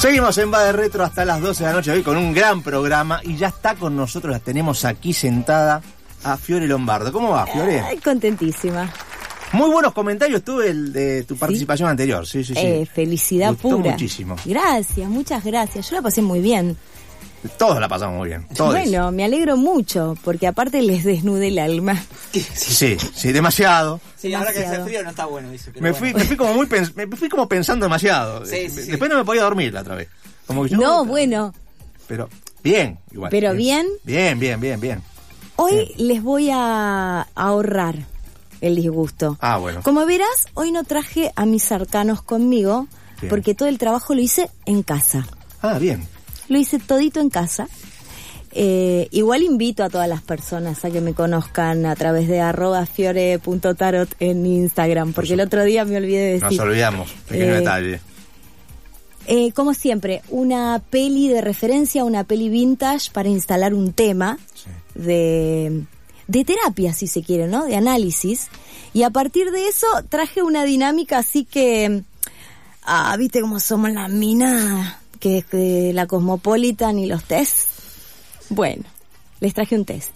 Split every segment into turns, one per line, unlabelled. Seguimos en Va de Retro hasta las 12 de la noche hoy con un gran programa y ya está con nosotros, la tenemos aquí sentada a Fiore Lombardo. ¿Cómo va, Fiore?
Ay, contentísima.
Muy buenos comentarios tuve el de tu participación anterior. Sí, sí, sí.
Eh, felicidad
Gustó
pura.
muchísimo.
Gracias, muchas gracias. Yo la pasé muy bien.
Todos la pasamos muy bien. Todos.
Bueno, me alegro mucho, porque aparte les desnude el alma.
Sí, sí, demasiado.
Sí, ahora que hace
Demasiado.
frío no está bueno, dice. pero
Me
bueno.
fui, me fui como muy pens- me fui como pensando demasiado.
Sí, sí, sí.
Después no me podía dormir la otra vez. Como que yo-
No, bueno,
Pero bien, igual.
Pero
Bien, bien, bien, bien.
hoy les voy a ahorrar el disgusto.
Ah, bueno.
Como verás, hoy no traje a mis arcanos conmigo,
Bien.
porque todo el trabajo lo hice en casa.
Ah, bien.
Lo hice todito en casa. Eh, igual invito a todas las personas a que me conozcan a través de arroba fiore.tarot en Instagram, porque el otro día me olvidé de decir.
Nos olvidamos. Pequeño
Eh,
detalle.
Eh, como siempre, una peli de referencia, una peli vintage para instalar un tema
Sí.
de, de terapia, si se quiere, ¿no? De análisis. Y a partir de eso traje una dinámica así que... Ah, viste cómo somos las minas, que es que la Cosmopolitan y los tests. Bueno, les traje un test.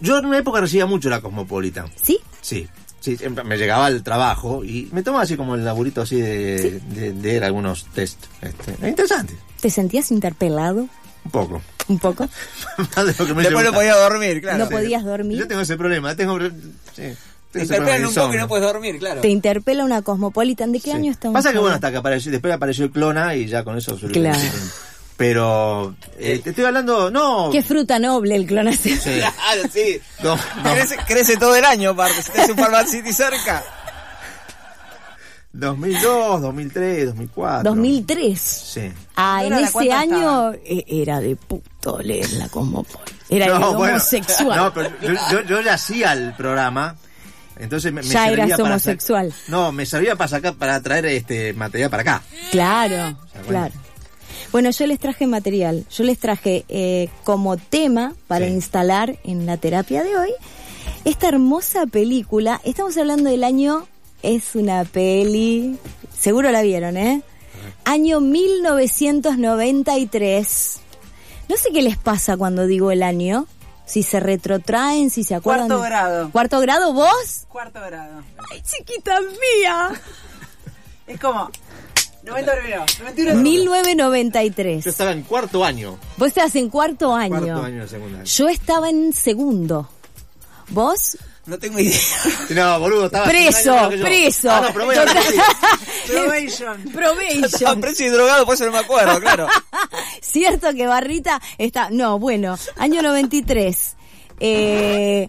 Yo en una época recibía mucho la Cosmopolitan.
¿Sí?
Sí. Sí, siempre me llegaba al trabajo y me tomaba así como el laburito así de, de- de leer algunos test. Este, interesantes.
¿Te sentías interpelado
Un poco.
un poco?
Más de lo que me
Después no
llegaba.
podía dormir, claro.
No podías dormir.
Yo tengo ese problema. Tengo, sí, tengo
Te
ese problema de
interpelan un poco y
insomnio.
no puedes dormir, claro.
¿Te interpela una Cosmopolitan? ¿De
Sí.
qué año estamos?
Pasa que bueno,
hablando?
hasta que apareció, después apareció el clona y ya con eso solucioné.
Claro.
Pero eh, te estoy hablando, no,
Qué fruta noble el clonación.
Claro, sí.
no, no,
Crece, crece todo el año, aparte. Si tenés un Farman City cerca.
2002, 2003, 2004.
2003.
Sí.
Ah,
¿No
en
era la
ese
cuarta
año
estaba?
eh, era de puto leer la Cosmopolitan. Era de
bueno,
homosexual.
No, pero yo, yo, yo ya hacía el programa. Entonces me, me
Ya
servía
eras
para
homosexual.
sac- no, me servía para sacar, para traer este material para acá.
Claro,
sea, bueno.
claro. Bueno, yo les traje material. Yo les traje eh, como tema para
Sí.
instalar en la terapia de hoy esta hermosa película. Estamos hablando del año. Es una peli. Seguro la vieron, ¿eh? Año 1993. No sé qué les pasa cuando digo el año. Si se retrotraen, si se acuerdan.
Cuarto grado.
¿Cuarto grado vos?
Cuarto grado.
¡Ay, chiquita mía!
Es como. 91, 91.
1993.
Yo estaba en cuarto año.
Vos estás en cuarto año.
Cuarto año de secundaria.
Yo estaba en segundo. ¿Vos?
No tengo idea.
No, boludo, estaba
Preso,
Ah, un año menos que yo.
preso.
Ah, no, pero bueno,
Total.
sí.
Probation. Estaba
Probation.
preso y drogado, por eso no me acuerdo, claro.
Cierto que Barrita está... No, bueno, año 93. Eh,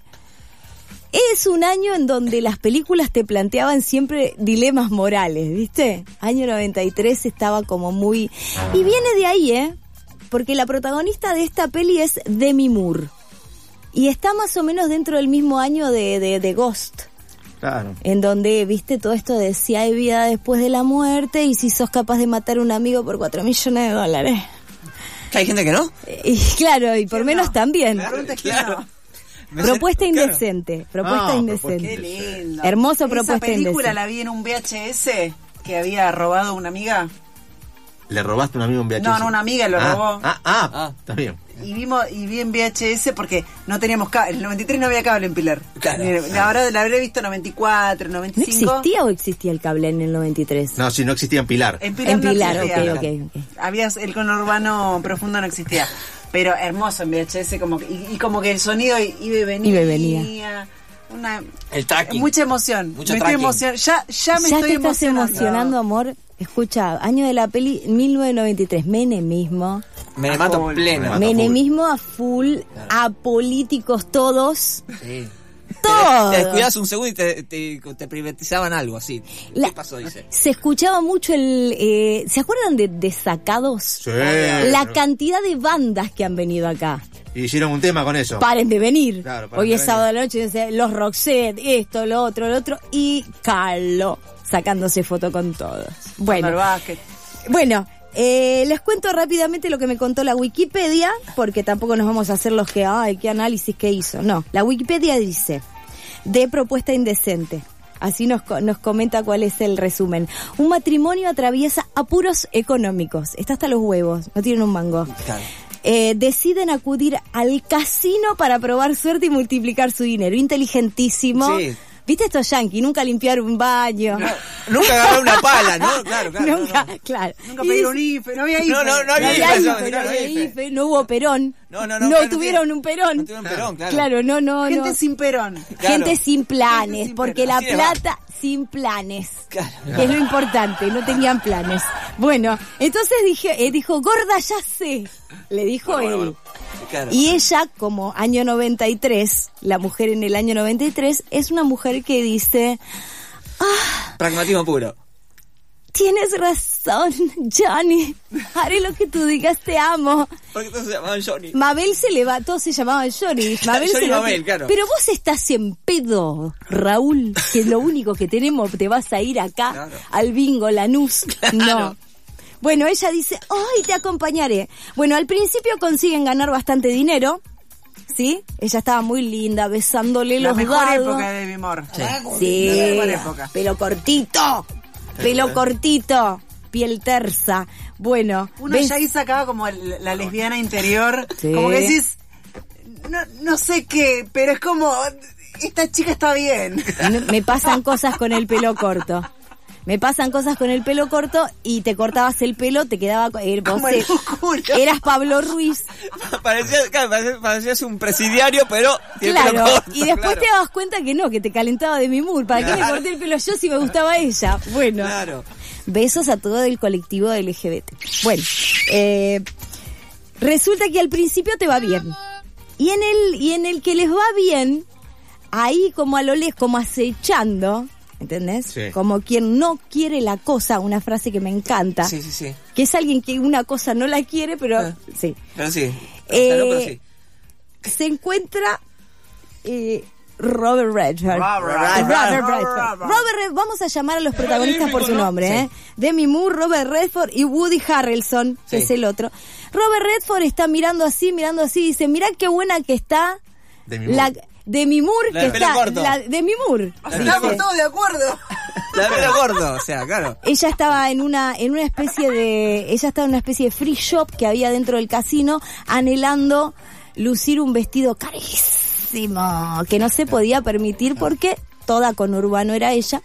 es un año en donde las películas te planteaban siempre dilemas morales, ¿viste? Año 93 estaba como muy... Y viene de ahí, ¿eh? Porque la protagonista de esta peli es Demi Moore. Y está más o menos dentro del mismo año de, de, de Ghost.
Claro.
en donde viste todo esto de si hay vida después de la muerte y si sos capaz de matar a un amigo por 4 millones de dólares.
Que hay gente que no.
Eh, Y claro, y por menos también.
Claro. Me
Propuesta
siento- claro.
indecente, propuesta
Ah,
indecente.
propuesta
lindo.
Hermosa
Esa
propuesta
película
indecente.
la vi en un VHS que había robado una amiga
¿Le robaste a un amigo un VHS?
No, no, una amiga lo
Ah,
robó.
Ah, ah,
Ah.
está bien.
y vimos y vi en VHS porque no teníamos cable. En el 93 no había cable en Pilar.
Claro.
Ni- La, habrá- la habré visto en 94,
¿No
95.
existía o existía el cable en el 93?
No, si no existía en Pilar.
En Pilar,
En
no
Pilar,
existía.
ok, ok, ok.
Había el conurbano profundo no existía. Pero hermoso en VHS como que- y, y como que el sonido i- iba y venía.
Iba y venía.
Una
El tracking.
mucha emoción.
Mucho
me estoy
tracking.
emocion- ya ya me
ya
estoy
te estás
emocionando.
emocionando, amor. Escucha, año de la peli 1993, menemismo.
Ah,
Me mato
Alcohol.
pleno.
Mato
Menemismo a full, a políticos todos.
Sí.
Todos.
Te descuidas un segundo y te, te, te privatizaban algo así.
La-
¿Qué pasó? Dice.
Se escuchaba mucho el... eh, ¿Se acuerdan de, de Sacados?
Sí.
La cantidad de bandas que han venido acá.
Hicieron un tema con eso.
Paren de venir.
Claro, paren
Hoy
de
es
venir.
sábado de la noche, dice, los Roxette, esto, lo otro, lo otro. Y Carlo, sacándose foto con todos. Bueno,
Álvaro Vázquez.
bueno eh, les cuento rápidamente lo que me contó la Wikipedia, porque tampoco nos vamos a hacer los que, ay, qué análisis que hizo. No, la Wikipedia dice, de propuesta indecente. Así nos, co- nos comenta cuál es el resumen. Un matrimonio atraviesa apuros económicos. Está hasta los huevos, no tienen un mango.
Claro.
Eh, deciden acudir al casino para probar suerte y multiplicar su dinero. Inteligentísimo.
Sí.
¿Viste estos yankees? Nunca limpiar un baño.
Nunca agarré una pala, Ah, ¿no? Claro, claro.
Nunca,
no, no.
claro.
Nunca
Y
pedí
dice-
un IFE, no había IFE.
No, no, no
No
había
había
IFE,
IFE,
no,
no,
no
había
había IFE.
IFE, no hubo perón.
No, no, no, claro,
tuvieron
no
un perón.
No tuvieron perón, claro.
Claro, no, no,
Gente
no.
sin perón.
Claro.
Gente sin planes,
Gente sin
porque
planes.
la
Así de bajo.
plata sin planes.
Claro.
Que es lo importante, no tenían planes. Bueno, entonces dije, eh, dijo, gorda ya sé, le dijo
Bueno,
él.
bueno, bueno. Claro.
Y ella, como año 93, la mujer en el año 93, es una mujer que dice, "Ah,
Pragmatismo puro.
tienes razón, Johnny, haré lo que tú digas, te amo.
Porque todos se llamaban Johnny.
Mabel se le va, todos se llamaban Johnny. Mabel
Johnny
se lo-
Mabel, claro.
Pero vos estás en pedo, Raúl, que lo único que tenemos, te vas a ir acá
Claro.
al bingo Lanús. No.
Claro.
Bueno, ella dice, ¡ay, te acompañaré! Bueno, al principio consiguen ganar bastante dinero, ¿sí? Ella estaba muy linda, besándole
La
los
mejor
dados.
época de Demi Moore.
Sí,
La mejor época.
pelo cortito, pelo cortito, piel tersa. Bueno,
Uno
ves-
ya ahí sacaba como el- la lesbiana interior.
Sí.
Como que decís, no, no sé qué, pero es como, esta chica está bien.
No, me pasan cosas con el pelo corto. Me pasan cosas con el pelo corto y te cortabas el pelo, te quedaba co- eh, vos
Como el
eh,
culo.
eras Pablo Ruiz,
Parecías, claro, parecías, parecías un presidiario, pero. tiene pelo
claro.
corto,
y después
claro.
te dabas cuenta que no, que te calentaba de mi mur. ¿Para qué me
Claro.
corté el pelo yo si me gustaba ella? Bueno.
Claro.
Besos a todo el colectivo del LGBT. Bueno, eh, resulta que al principio te va bien. Y en el, y en el que les va bien, ahí como a lo lejos, como acechando, ¿entendés?
Sí.
Como quien no quiere la cosa, una frase que me encanta.
Sí, sí, sí.
Que es alguien que una cosa no la quiere, pero
Ah.
sí.
Pero sí. O sea,
Eh,
no, pero sí.
Se encuentra eh, Robert Redford.
Robert
Robert
Redford.
Redford.
Robert.
Robert Red- vamos a llamar a los protagonistas por su nombre, ¿eh? Demi Moore, Robert Redford y Woody Harrelson, que
Sí.
es el otro. Robert Redford está mirando así, mirando así, y dice, mirá qué buena que está
Demi
la
Moore.
Demi Moore,
La
que
del pelo
está
corto.
la Demi Moore.
Estamos
dice.
todos de acuerdo.
Claro, pelo gordo, o sea, claro.
Ella estaba en una en una especie de ella estaba en una especie de free shop que había dentro del casino anhelando lucir un vestido carísimo que no se podía permitir porque toda conurbano era ella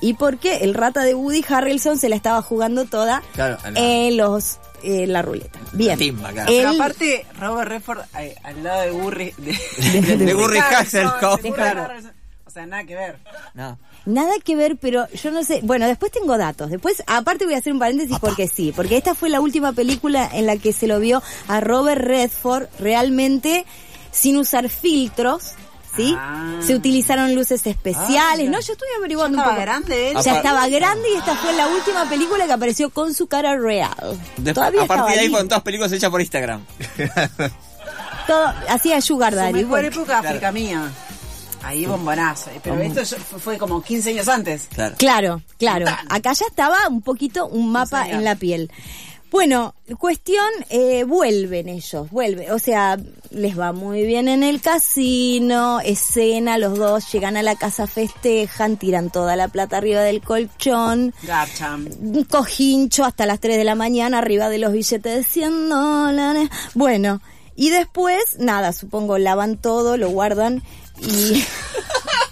y porque el rata de Woody Harrelson se la estaba jugando toda
Claro, a la-
en los en la ruleta. Bien.
timba, claro.
Él-
Pero aparte, Robert Redford eh, al lado de Burry. De,
de- de Burry Harrelson.
de Burry
Claro.
Harrelson. O sea, nada que ver.
No.
Nada que ver, pero yo no sé. Bueno, después tengo datos. Después, aparte voy a hacer un paréntesis porque sí, porque esta fue la última película en la que se lo vio a Robert Redford realmente sin usar filtros, ¿sí?
Ah.
Se utilizaron luces especiales.
Ah,
no, yo estuve averiguando un
estaba
poco.
grande ¿eh? él.
Ya
Apa-
estaba grande y esta fue la última película que apareció con su cara real.
De-
Todavía
a partir de ahí
estaba
fueron todas películas hechas por Instagram.
ahí. Todo, hacía Sugar
Su
Daddy.
mejor
bueno.
época,
Claro.
África mía. Ahí bombonazo. eh, Pero esto yo- fue como 15 años antes.
Claro.
Claro, claro. Acá ya estaba un poquito un mapa
señor.
en la piel. Bueno, cuestión, eh, vuelven ellos, vuelven. O sea, les va muy bien en el casino, escena, los dos llegan a la casa, festejan, tiran toda la plata arriba del colchón,
Garcham.
un cojincho hasta las 3 de la mañana arriba de los billetes de 100 dólares. Bueno, y después, nada, supongo, lavan todo, lo guardan y...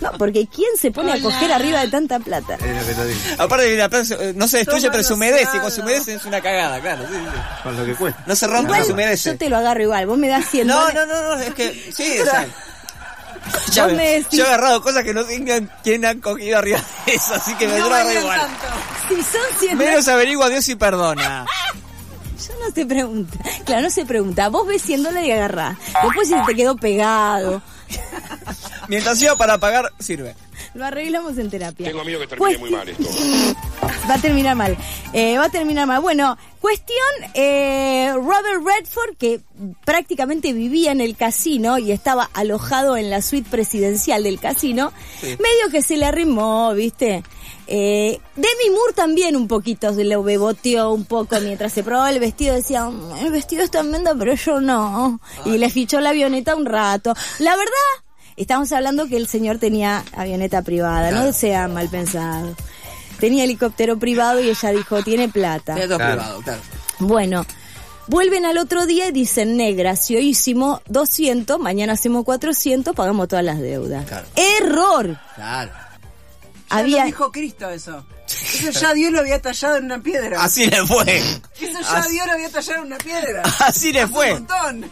No, porque ¿quién se pone a coger arriba de tanta plata?
Es lo que te digo,
Aparte de la plaza, eh, no se destruye,
Toma
pero se humedece.
rosado.
Cuando se humedece es una cagada, claro. sí, sí.
con lo que cuesta.
No se rompe,
Igual,
pero se humedece.
yo te lo agarro igual, vos me das 100
No,
dólares.
no, no, no, es que. Sí, o sea, yo,
Vos me
me-
decís-
yo he agarrado cosas que no tengan quién han cogido arriba de eso, así que me
No
droga
valían
igual.
tanto.
Si son 100 dólares,
Menos averigua Dios y perdona.
yo no se pregunta. Claro, no se pregunta. Vos ves 100 dólares y agarrás. Después si te quedó pegado.
Mientras sea para pagar, sirve.
Lo arreglamos en terapia. Pues
Tengo miedo que termine muy mal esto.
Va a terminar mal. Eh, va a terminar mal. Bueno, cuestión, eh, Robert Redford, que prácticamente vivía en el casino y estaba alojado en la suite presidencial del casino, medio que se le arrimó, ¿viste? Eh, Demi Moore también un poquito se lo beboteó un poco mientras se probaba el vestido. Decía, "Mm, el vestido es tremendo, pero yo no. Y le fichó la avioneta un rato. La verdad, Estamos hablando que el señor tenía avioneta privada, no sea mal pensado. Tenía helicóptero privado y ella dijo, tiene plata.
Teatro
Claro.
privado, claro.
Bueno, vuelven al otro día y dicen, "Ne, gracioísimo, 200, mañana hacemos 400, pagamos todas las deudas.
Claro.
¡Error!
Claro.
Ya
Había-
lo dijo Cristo eso. Eso ya Dios lo había tallado en una piedra.
Así le fue.
Eso ya
Así,
Dios lo había tallado en una piedra.
así le
Un
fue.
montón.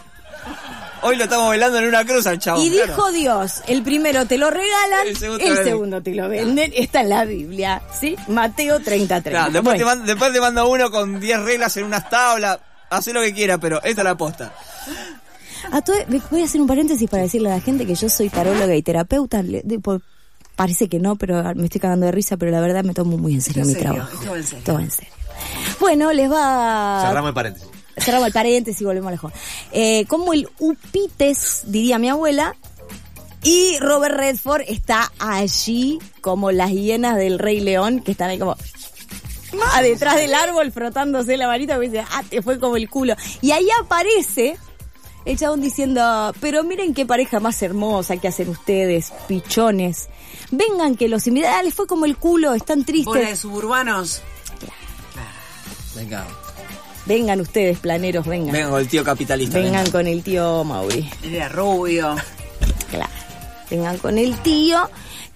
Hoy lo estamos velando en una cruz al chabón.
Y
claro.
dijo Dios, el primero te lo regalan, el
El segundo
segundo,
te lo-
te lo venden. Está en la Biblia, ¿sí? Mateo 33.
Claro, después,
Bueno,
te manda, después te manda uno con 10 reglas en unas tablas. Hacé lo que quiera, pero esta es la posta.
a todo- me- voy a hacer un paréntesis para decirle a la gente que yo soy taróloga y terapeuta. le- de- por- parece que no, pero me estoy cagando de risa, pero la verdad me tomo muy en serio
en
mi
serio,
trabajo.
esto va en serio.
Todo en serio. Bueno, les va
Cerramos el paréntesis.
Cerramos el paréntesis y volvemos lejos. Eh, como el Upites, diría mi abuela, y Robert Redford está allí como las hienas del Rey León, que están ahí como... ah, detrás del árbol frotándose la varita porque dice, ah, te fue como el culo. Y ahí aparece el chabón diciendo, pero miren qué pareja más hermosa que hacen ustedes, pichones. Vengan que los invitan, ah, les fue como el culo, están
Bola de
tristes.
suburbanos.
Venga.
Vengan ustedes, planeros, vengan.
Venga con el tío capitalista.
Vengan con el tío Mauri.
Era rubio.
Claro. Vengan con el tío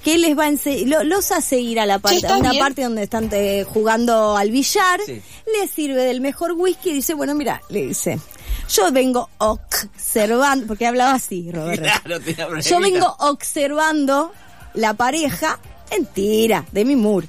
que les va a ense- lo- los hace ir a la parte, a una parte donde están eh, jugando al billar,
Sí.
les sirve del mejor whisky y dice, bueno, mira, le dice, yo vengo observando, porque hablaba así, Roberto.
Claro, tenía problemita.
Yo vengo observando la pareja, mentira, de mi mur.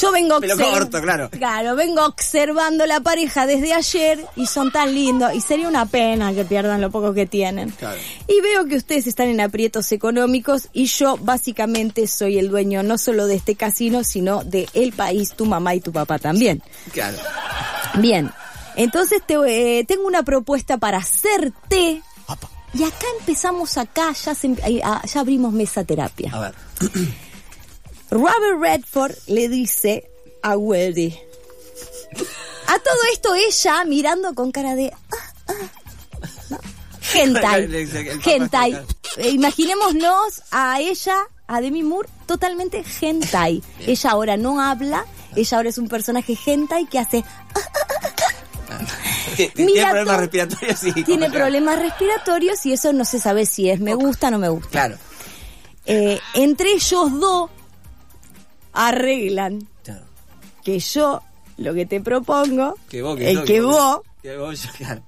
Yo vengo
Pelo
observ-
corto, claro.
Claro, vengo observando la pareja desde ayer y son tan lindos y sería una pena que pierdan lo poco que tienen.
Claro.
Y veo que ustedes están en aprietos económicos y yo básicamente soy el dueño no solo de este casino, sino de el país, tu mamá y tu papá también.
Claro.
Bien, entonces te, eh, tengo una propuesta para hacerte. Y acá empezamos acá, ya, se em- ahí, ah, ya abrimos mesa terapia.
A ver.
Robert Redford le dice a Wendy. A todo esto ella mirando con cara de... ah, ah, ¿no?
Le dice
Hentai.
que el papá es
Hentai.
hentai.
Eh, Imaginémonos a ella, a Demi Moore, totalmente hentai. Ella ahora no habla, ella ahora es un personaje hentai que hace...
Tiene
Mira
problemas
todo-
respiratorios y.
tiene
claro.
problemas respiratorios y eso no se sabe si es me gusta o no me gusta.
Claro.
Eh, entre ellos dos arreglan
Claro.
que yo lo que te propongo,
Que vos,
el
yo,
que, vos
Que vos, yo, claro.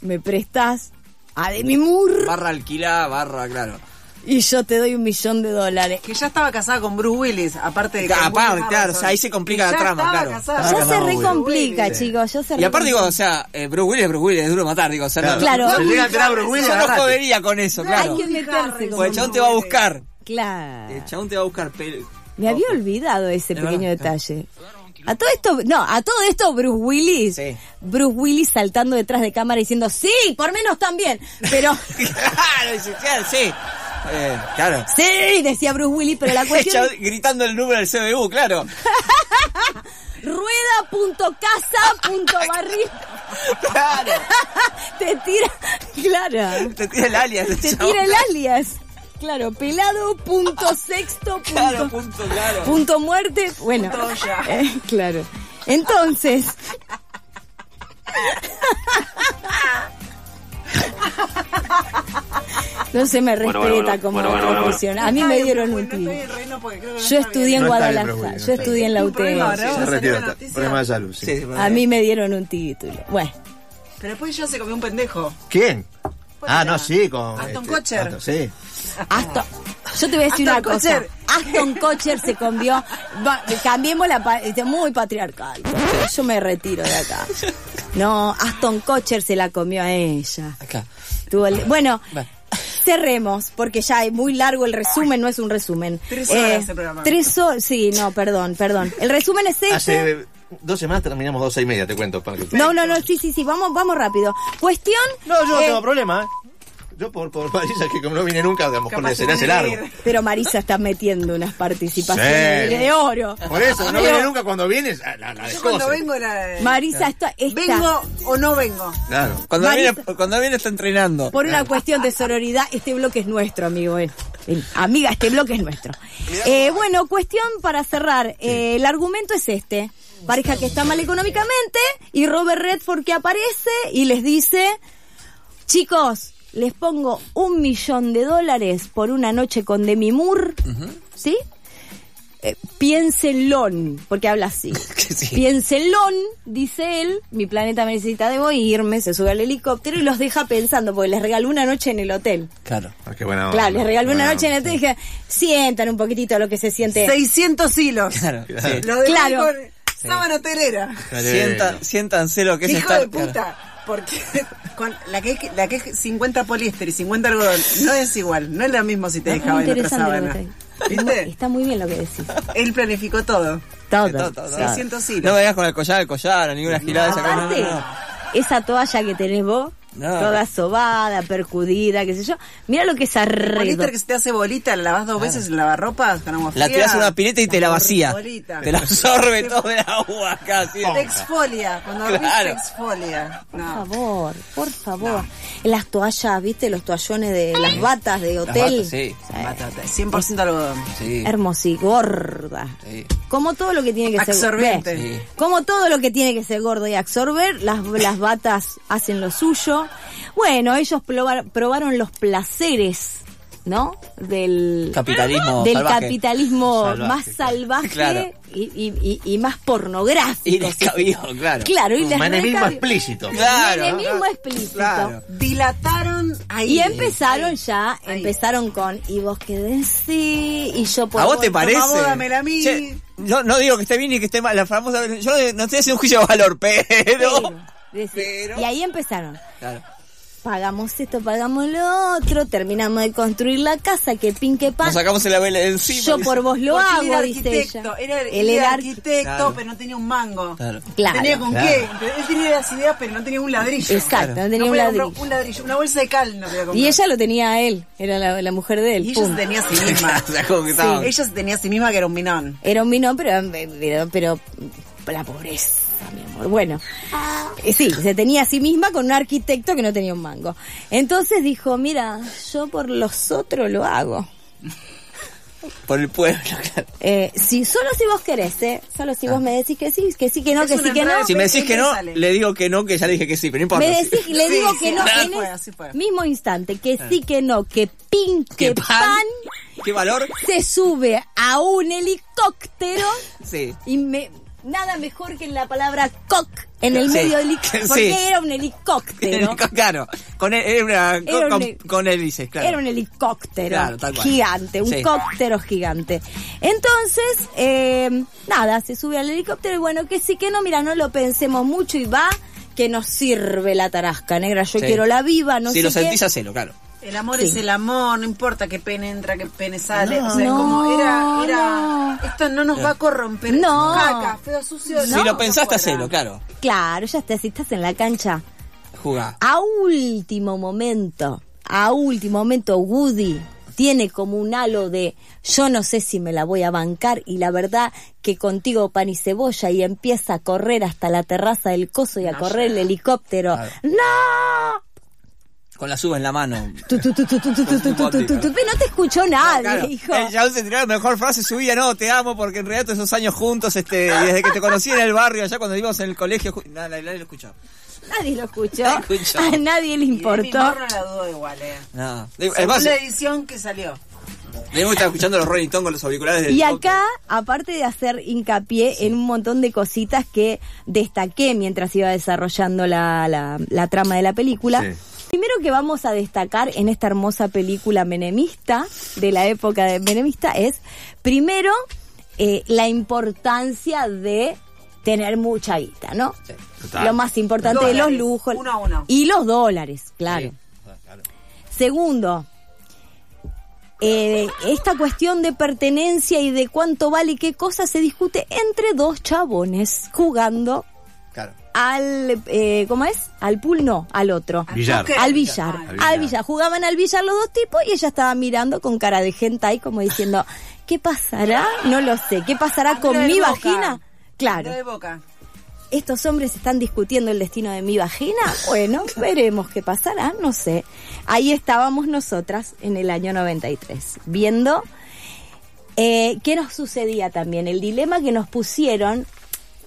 me prestás a Demi Moore
Barra alquilá, barra, claro.
y yo te doy un millón de dólares.
Que ya estaba casada con Bruce Willis, aparte de que
Ah, Aparte,
Woody Harrelson.
claro, o sea, ahí se complica la
Ya
trama,
estaba
claro.
casada
Ah,
ya
con
no,
se
Bruce
recomplica,
Willis.
chicos, ya se
Y aparte digo,
recomplica.
o sea, eh, Bruce Willis es Bruce Willis, es duro matar, digo, o sea, no-
Claro.
no-
Se llega a enterar Bruce
yo
Willis,
no
agarrate.
jodería con eso, claro.
Hay que meterse
Harrelson.
con-
Porque el chabón te va a buscar. El
Claro.
chabón te va a buscar pelo.
Me había olvidado ese
Es
pequeño
verdad.
detalle. A todo esto, no, a todo esto Bruce Willis.
Sí.
Bruce Willis saltando detrás de cámara diciendo, sí, por menos también. Pero,
Claro, dice, claro, sí. Eh, claro.
sí, decía Bruce Willis, pero la
El
cuestión
chabón
es
gritando el número del CBU, claro.
rueda.casa.barril.
Claro.
Te tira, claro,
Te tira el alias. el
te
chabón.
tira el alias. Claro, pelado punto sexto punto,
Claro, punto, claro.
punto muerte. Bueno,
Punto ya.
eh, claro. Entonces, no se me respeta
Bueno, bueno, bueno,
como
bueno, bueno, bueno.
profesional. A mí
Está
me
bien,
dieron
Bruce
un
Willis, no
tiro.
estoy en reino porque creo que no
Yo
está
estudié
bien.
en
No está bien, pero
Guadalajara,
bueno, está
yo estudié en la
Un problema,
UTN.
¿no?
Se
salió
retira.
la
está-
noticia.
Problema de salud. sí.
Sí, sí,
A mí me dieron un título. Bueno,
Pero después ya se comió un pendejo.
¿Quién? Ah, no, sí, con.
Pues
este,
Aston Kutcher.
Aston, sí.
Aston. Yo te voy a decir
Aston
una cosa.
Kutcher.
Aston Kutcher se cambió. va- cambiemos la. pa- este, Muy patriarcal. Yo me retiro de acá. No, Aston Kutcher se la comió a ella.
Acá.
Tuvo el- bueno,
Bueno.
cerremos, porque ya es muy largo el resumen, no es un resumen. Eh,
Tres horas de programa.
Tres horas. Sí, no, perdón, perdón. El resumen es este.
Ah, Hace dos semanas terminamos dos y media, te cuento. Para que...
No, no, no, sí, sí, sí, vamos, vamos rápido. Cuestión.
No, yo no
eh,
tengo problema. ¿eh? Yo por, por Marisa, que como no vine nunca, a lo mejor
Capaz
le será
de
ese
venir.
largo.
Pero Marisa está metiendo unas participaciones
Sí.
de oro.
Por eso, no
Pero-
viene nunca cuando vienes, la, la, la
Yo cuando
descoce.
vengo era...
Marisa, esto esta-
¿Vengo o no vengo?
Claro.
Cuando
Marisa-
viene, cuando viene está entrenando.
Por una cuestión de sororidad, este bloque es nuestro, amigo. eh. Ven, Amiga, este bloque es nuestro. Eh, bueno, cuestión para cerrar. Eh, el argumento es este. Pareja que está mal económicamente y Robert Redford que aparece y les dice, chicos, les pongo un millón de dólares por una noche con Demi Moore, ¿sí? Eh, piénsenlo, porque habla así.
Sí.
Piénsenlo, dice él, mi planeta me necesita, debo irme, se sube al helicóptero y los deja pensando, porque les regaló una noche en el hotel.
Claro.
Ah, qué buena onda.
Claro, les regaló una
Buena
noche en el hotel y dije, sientan un poquitito lo que se siente.
600 hilos.
Claro. sí.
Lo de
Claro.
con sábana hotelera.
Dale,
Sienta-
no.
siéntanse lo que es
Hijo
estar.
de puta.
claro.
Porque con la que, es- la que es 50 poliéster y 50 algodón no es igual, no es lo mismo si te
Es
dejaba
muy
en otra
Ah, interesante lo que
sábana.
te-
¿Viste?
Está muy bien lo que decís.
Él planificó todo.
Todo.
Todo, todo, todo.
todo.
600
No
hilos.
me digas con el collar, el collar, ninguna gilada. esa cosa, no,
Aparte,
no, no.
esa toalla que tenés vos,
No.
toda sobada, percudida, qué sé yo. Mira lo que es arredo.
Poliéster que se te hace bolita, la lavas dos veces en lavarropas con agua
La
fría.
tirás en una pileta y te la vacía.
Bolita.
Te la absorbe todo el agua acá. así de-
Te exfolia, cuando dormís
Claro.
te exfolia.
Por
No.
favor, por favor. Las toallas, viste, los toallones de las batas de
Las
hotel.
batas, sí.
Mátate, 100% algodón.
Sí.
Hermosa y gorda.
Sí.
Como todo lo que tiene que
Absorbente.
ser.
Sí.
Como todo lo que tiene que ser gordo y absorber, las, las batas hacen lo suyo. Bueno, ellos probar- probaron los placeres, ¿no? Del
Capitalismo
del
salvaje.
capitalismo
Salvaje,
más
claro.
salvaje
Claro.
y, y- y- y más pornográfico.
Y descabido, claro.
Claro, y les
Manemismo
recabió.
explícito.
Claro.
Menemismo explícito.
Claro.
Dilataron ahí.
Y empezaron ya,
Ahí.
empezaron con y vos quédense y yo por
¿A vos te parece?
vos dámela a mí.
Che, no, no digo que esté bien ni que esté mal. La famosa. Yo no- no estoy haciendo un juicio de valor, pero.
Decí-
Pero-
Y ahí empezaron.
Claro.
Pagamos esto, pagamos lo otro, terminamos de construir la casa, que pin que pan.
Nos sacamos el label encima.
Yo
dice.
por vos lo
Porque él
hago,
era
dice ella.
arquitecto, Era,
Él era arqui-
arquitecto,
Claro.
pero no tenía un mango.
Claro.
Claro.
Tenía con
Claro.
qué. Pero Él tenía las ideas, pero no tenía un ladrillo.
Exacto, no tenía
No
un
podía comprar
ladrillo.
un ladrillo, Una bolsa de cal no podía comprar.
Y ella lo tenía a él, era la, la mujer de él.
Y ella
punto.
se tenía a sí misma.
O sea, como que estaba-
Ella se tenía a sí misma que era un minón.
Era un vino, pero, pero, pero la pobreza, mi amor. Bueno,
Ah.
eh, sí, se tenía a sí misma con un arquitecto que no tenía un mango. Entonces dijo, mira, yo por los otros lo hago.
Por el pueblo, claro.
Eh, si, solo si vos querés, ¿eh? Solo si
Ah.
vos me decís que sí, que sí, que no,
Es
que
un
sí, que no.
enredo.
Si me decís que no,
Sale.
le digo que no, que ya le dije que sí, pero no importa.
Me decís, le
Sí,
digo que
sí,
no,
así
en
fue,
ese
así fue.
mismo instante, que sí, que no, que pin, que
¿Qué pan?
pan,
¿Qué valor?
se sube a un helicóptero
Sí.
y me nada mejor que la palabra cock en el
Sí.
medio del helicóptero
Sí.
porque era un helicóptero
Claro, con el- era una- con,
Era un-
con- con hélices, claro.
era un helicóptero
Claro, tal cual.
gigante un
Sí.
cóptero gigante entonces eh, nada se sube al helicóptero y bueno que sí que no mira no lo pensemos mucho y va que nos sirve la tarasca negra yo
Sí.
quiero la viva no
si
sé
lo
qué.
sentís, hacelo, claro.
El amor
Sí.
es el amor, no importa que pene entra, que pene sale. o sea,
No,
como era, era.
no.
Esto no nos va a corromper.
No.
Caca, feo, sucio.
Si
si
No,
lo pensaste,
afuera.
hacelo, claro.
claro ya está si estás en la cancha
Jugá.
a último momento, a último momento, Woody tiene como un halo de yo no sé si me la voy a bancar y la verdad que contigo pan y cebolla y empieza a correr hasta la terraza del coso y a correr el helicóptero.
Claro.
¡No!
Con la suba en la mano.
Tu, tu, tu, tu, tu, tu, tu, tu, tu, tu, tu. Pero no te escuchó
Claro,
nadie, hijo.
El chabón se tiró la mejor frase, subía, no, te amo, porque en realidad todos esos años juntos, este, y desde que te conocí en el barrio, allá cuando íbamos en el colegio, ju- nada, nadie lo escuchó.
Nadie lo escuchó.
Nadie escuchó.
A nadie le
Y de mi
importó.
amor no la dudo igual, eh.
No.
Según
Además,
la edición que salió.
tenemos que estar escuchando los Rolling Stones con los auriculares del
Y acá, aparte de hacer hincapié en un montón de cositas que destaqué mientras iba desarrollando la, la- la trama de la película,
Sí.
primero que vamos a destacar en esta hermosa película menemista, de la época de menemista, es primero eh, la importancia de tener mucha guita, ¿no?
Sí,
total.
Lo más importante de los
Dólares,
lujos.
uno a uno.
Y los dólares, claro.
Sí.
Segundo, eh, esta cuestión de pertenencia y de cuánto vale y qué cosa se discute entre dos chabones jugando
Claro.
al, eh, ¿cómo es? Al pool, no, al otro.
Villar.
póker.
Al billar,
Al
al
billar.
billar. Jugaban al billar los dos tipos y ella estaba mirando con cara de gente ahí como diciendo, ¿qué pasará? No lo sé, ¿qué pasará
Andrea
con
del
mi
Boca.
vagina?
Andrea
Claro.
de boca.
estos hombres están discutiendo el destino de mi vagina. Bueno, veremos qué pasará, no sé. Ahí estábamos nosotras en el año 93, viendo eh, qué nos sucedía también. El dilema que nos pusieron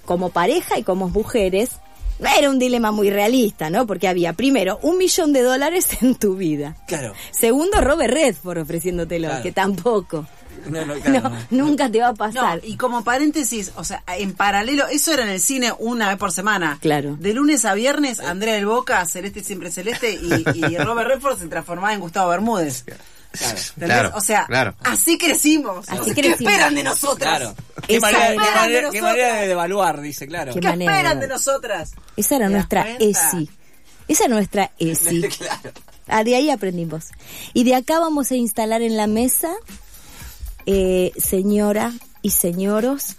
como pareja y como mujeres no era un dilema muy realista, ¿no? Porque había, primero, un millón de dólares en tu vida.
Claro.
Segundo, Robert Redford ofreciéndotelo,
Claro.
que tampoco.
No, no,
No,
claro, no.
nunca te va a
No,
pasar.
y como paréntesis, o sea, en paralelo, eso era en el cine una vez por semana.
Claro.
De lunes a viernes, Andrea del Boca, Celeste siempre Celeste y, y Robert Redford se transformaba en Gustavo Bermúdez. ¿Entendés?
Claro,
o sea, ah.
claro.
así crecimos.
Así
O sea, ¿Qué
crecimos.
esperan de nosotras?
Claro.
Esa
¿Qué manera,
era-
qué manera-
de
qué
nosotras.
manera de devaluar, dice, claro.
Qué
¿Qué,
manera
esperan
de-
de nosotras?
Esa era
¿Te das
nuestra
cuenta?
ESI. Esa era nuestra ESI. Ah, de ahí aprendimos. Y de acá vamos a instalar en la mesa, eh, señora y señoros,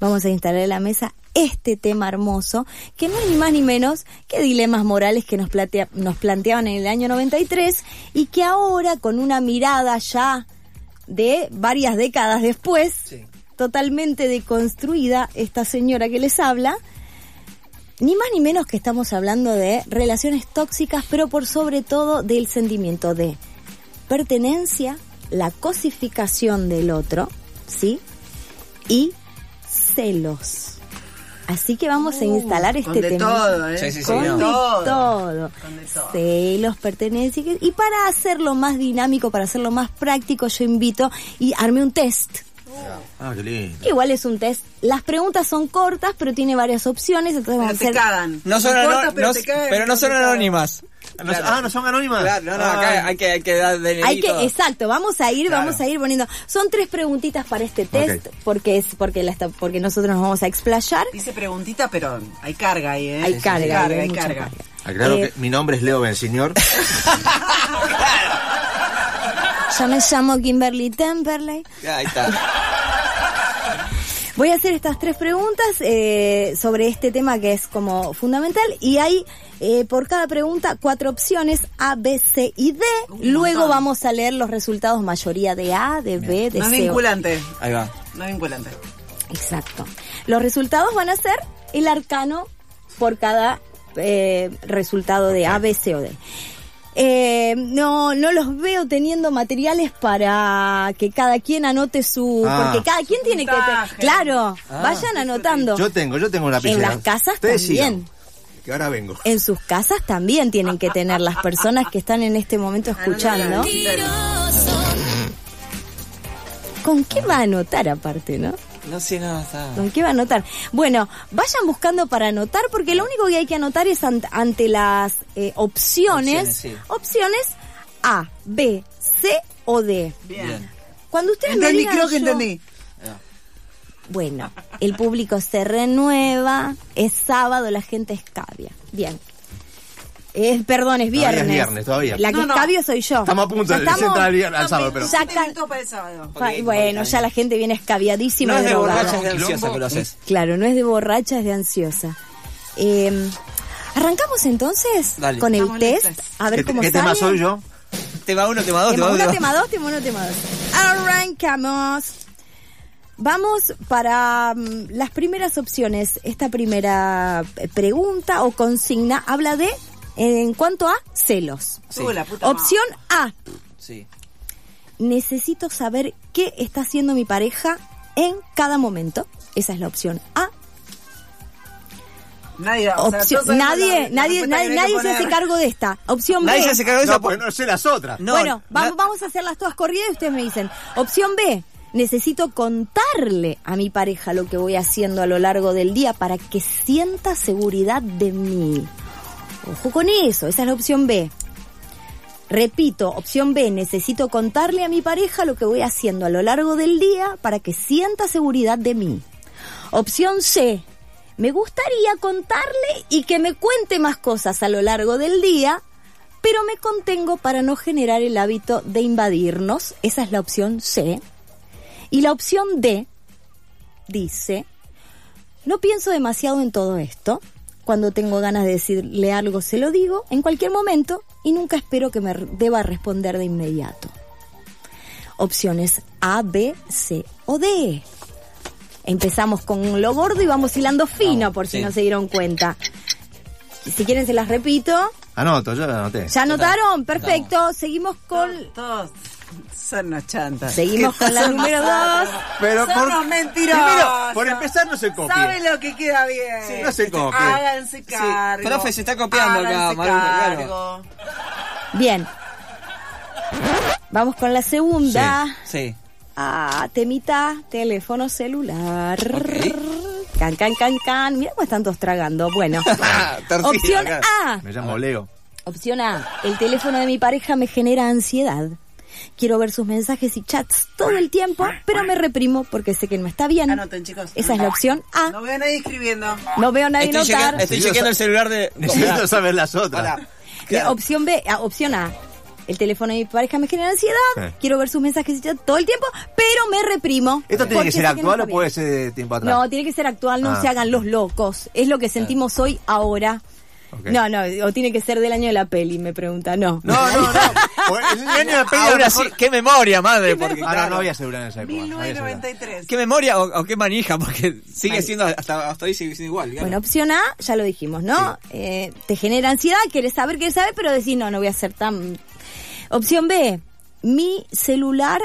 vamos a instalar en la mesa este tema hermoso, que no es ni más ni menos que dilemas morales que nos, platea- nos planteaban en el año 93 y que ahora con una mirada ya de varias décadas después, totalmente deconstruida, esta señora que les habla, ni más ni menos que estamos hablando de relaciones tóxicas, pero por sobre todo del sentimiento de pertenencia, la cosificación del otro, ¿sí? Y celos. Así que vamos a instalar este
Uh, Con de
tema.
todo, ¿eh?
Sí, sí, sí,
Con
no.
de todo.
Con de todo.
Celos, pertenencia. y que- Y para hacerlo más dinámico, para hacerlo más práctico, yo invito y armé un test.
Ah, qué lindo.
Que igual es un test. Las preguntas son cortas, pero tiene varias opciones. Entonces vamos a
Pero te
hacer
cagan.
No son,
Te
ano-
cortas, pero
no-
te cagan.
pero no son
Te cagan.
anónimas.
Ah, no- Ah, ¿no son anónimas?
Claro, no, no,
Ah,
acá hay que, hay que dar DNI
Hay que,
todo.
exacto, vamos a ir,
Claro.
vamos a ir poniendo. Son tres preguntitas para este test,
Ok.
porque es, porque la está- porque nosotros nos vamos a explayar.
Dice preguntita, pero hay carga ahí, ¿eh?
Hay carga,
hay
hay
carga. hay
mucha
carga.
carga.
Aclaro
Eh.
que mi nombre es Leo Benseñor.
Yo me llamo Kimberly Temperley.
Ahí está.
Voy a hacer estas tres preguntas eh, sobre este tema que es como fundamental y hay eh, por cada pregunta cuatro opciones A, B, C y D.
Un
Luego
montón.
vamos a leer los resultados mayoría de A, de B, de
No es
C. o-
vinculante.
Ahí va.
No es vinculante.
Exacto. Los resultados van a ser el arcano por cada eh, resultado de A, B, C o D. Eh, no, no los veo teniendo materiales para que cada quien anote su...
Ah.
porque cada quien tiene que...
Puntaje. Ah.
claro, vayan anotando.
Yo tengo, yo tengo la
en
lapicera.
las casas
Ustedes
también.
sigan, que ahora vengo.
En sus casas también tienen que tener las personas que están en este momento escuchando. ¿Con qué va a anotar aparte, no?
No sé, no, está.
¿Con qué va a anotar? Bueno, vayan buscando para anotar, porque lo único que hay que anotar es an- ante las eh, opciones.
Opciones, sí.
opciones A, B, C o D.
Bien.
Cuando ustedes me
Entendí,
digan
creo que
yo-
entendí.
Bueno, el público se renueva, es sábado, la gente escabia. Bien. Es, perdón, es
Todavía
viernes.
es viernes, todavía.
La que
No, no.
escabia soy yo.
Estamos a punto
Ya
de entrar al, al sábado, pero...
Ya
Ya
ca-
para el sábado.
Fa- Bueno, ya la gente viene escabiadísima.
No es de
drogada.
borracha, es de ansiosa que lo haces.
Claro, no es de borracha, es de ansiosa. Eh, Arrancamos entonces
Dale.
con el
Estamos
test,
listas.
a ver
¿Qué,
cómo
qué tema
sale.
soy yo?
Tema uno, tema dos,
Tema
tema uno,
uno,
tema
tema dos, tema uno, tema dos. Arrancamos. Vamos para mm, las primeras opciones. Esta primera eh, pregunta o consigna habla de, en cuanto a celos.
Sí.
Uh, la puta madre.
Opción A,
Sí.
necesito saber qué está haciendo mi pareja en cada momento. Esa es la opción A.
Nadie, o sea,
Opción-
todos sabemos la-
nadie,
la
nadie, nadie,
respuesta que hay que
nadie se hace
poner.
cargo de esta. Opción B.
Nadie se hace cargo de esa
No, pues no sé las otras.
No,
bueno,
na-
vamos, vamos a hacerlas todas corridas y ustedes me dicen. Opción B. Necesito contarle a mi pareja lo que voy haciendo a lo largo del día para que sienta seguridad de mí. Ojo con eso, esa es la opción B. Repito, opción B, necesito contarle a mi pareja lo que voy haciendo a lo largo del día para que sienta seguridad de mí. Opción C, me gustaría contarle y que me cuente más cosas a lo largo del día, pero me contengo para no generar el hábito de invadirnos. Esa es la opción C. Y la opción D dice, no pienso demasiado en todo esto. Cuando tengo ganas de decirle algo, se lo digo en cualquier momento y nunca espero que me r- deba responder de inmediato. Opciones A, B, C o D. Empezamos con lo gordo y vamos hilando fino,
Vamos,
por si
sí.
no se dieron cuenta. Si quieren se las repito.
Anoto, yo la anoté.
¿Ya anotaron? Perfecto. Seguimos con...
Todos son los chantas.
Seguimos con la número dos.
Pero
Son
por-
unos mentirosos.
Primero, por empezar no se copien.
Saben lo que queda bien.
Sí, no se copien.
Háganse cargo.
Profe, se está copiando acá,
Háganse
Maru, claro.
cargo.
Bien. Vamos con la segunda.
Sí.
Ah, temita, teléfono celular.
Ok.
Can, can, can, can. Mira cómo están todos tragando. Bueno.
Torcida,
Opción
claro.
A.
Me llamo Leo.
Opción A. El teléfono de mi pareja me genera ansiedad. Quiero ver sus mensajes y chats todo el tiempo, pero me reprimo porque sé que no está bien.
Anoten, chicos.
Esa es la opción
No
A.
veo a nadie escribiendo.
No veo a nadie
Estoy,
notar.
chequeando, estoy chequeando el celular de.
Necesito saber las otras.
Pará.
Eh,
Claro.
opción B, ah, opción A. El teléfono de mi pareja me genera ansiedad.
Sí.
Quiero ver sus mensajes y chat todo el tiempo, pero me reprimo.
¿Esto tiene
porque
que ser
sé no
actual
está
o puede
bien.
ser de tiempo atrás?
No, tiene que ser actual, no
Ah.
se hagan los locos. Es lo que sentimos hoy, ahora.
Ok.
No, no, o tiene que ser del año de la peli, me pregunta. No.
No, no, no. Por- El año de la peli, a lo
Ahora sí,
mejor-
qué memoria, madre. Porque,
Ahora
claro.
no había celular en esa época. no había celular.
1993.
Qué memoria o, o qué manija, porque sigue siendo hasta, hasta hoy sigue siendo igual. claro.
Bueno, opción A, ya lo dijimos, ¿no? Eh, te genera ansiedad, quieres saber, quieres saber, pero decís, no, no voy a ser tan... Opción B, mi celular,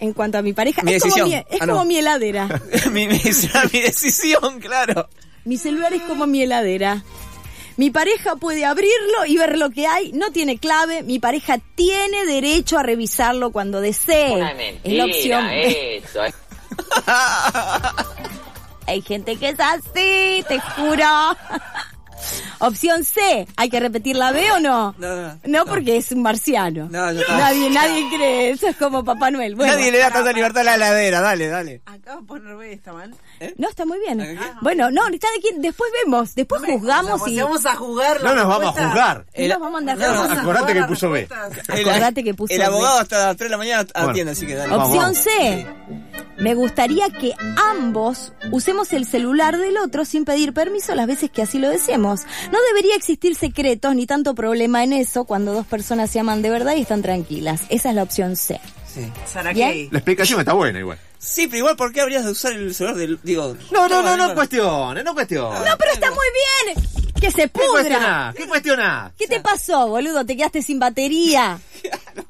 en cuanto a mi pareja,
Mi
es, como
decisión.
mi, es
Ah, no.
como mi heladera.
mi, mi- mi decisión, claro.
Mi celular es como mi heladera. Mi pareja puede abrirlo y ver lo que hay, no tiene clave, mi pareja tiene derecho a revisarlo cuando desee.
Una
es la
mentira, eh.
opción. B.
eso. es-
Hay gente que es así, te juro. Opción C, ¿hay que repetir la B o no?
No, no,
No, porque es un marciano.
No, ya está.
nadie, nadie cree, eso es como Papá Noel. Bueno, ah,
Nadie le da tanta libertad a la heladera, dale, dale.
Acabo de poner B esta man.
No, está muy bien.
¿Qué?
Bueno, no, cada quien, después vemos, después juzgamos
O sea,
y...
Vamos a jugar. la
No nos vamos a
respuesta.
juzgar.
y nos vamos a andar
No, no,
vamos a-
Acordate que
Todas las
puso B.
respuestas.
El-
ah, Acordate que puso
El
B.
abogado hasta las 3 de la mañana atiende,
Bueno.
así que dale.
Vamos,
Opción
vamos.
C. Me gustaría que ambos usemos el celular del otro sin pedir permiso las veces que así lo deseemos. No debería existir secretos ni tanto problema en eso cuando dos personas se aman de verdad y están tranquilas. Esa es la opción C.
Sí.
Sarah
Bien.
Kay.
La explicación está buena igual.
Sí, pero igual, ¿por qué habrías de usar el celular del. Digo.
No, no, no, no
bueno.
cuestiones, no cuestiones.
No, pero está muy bien. Que se
¿Qué
pudra.
cuestionás? ¿Qué cuestionás?
¿Qué te pasó, boludo? ¿Te quedaste sin batería?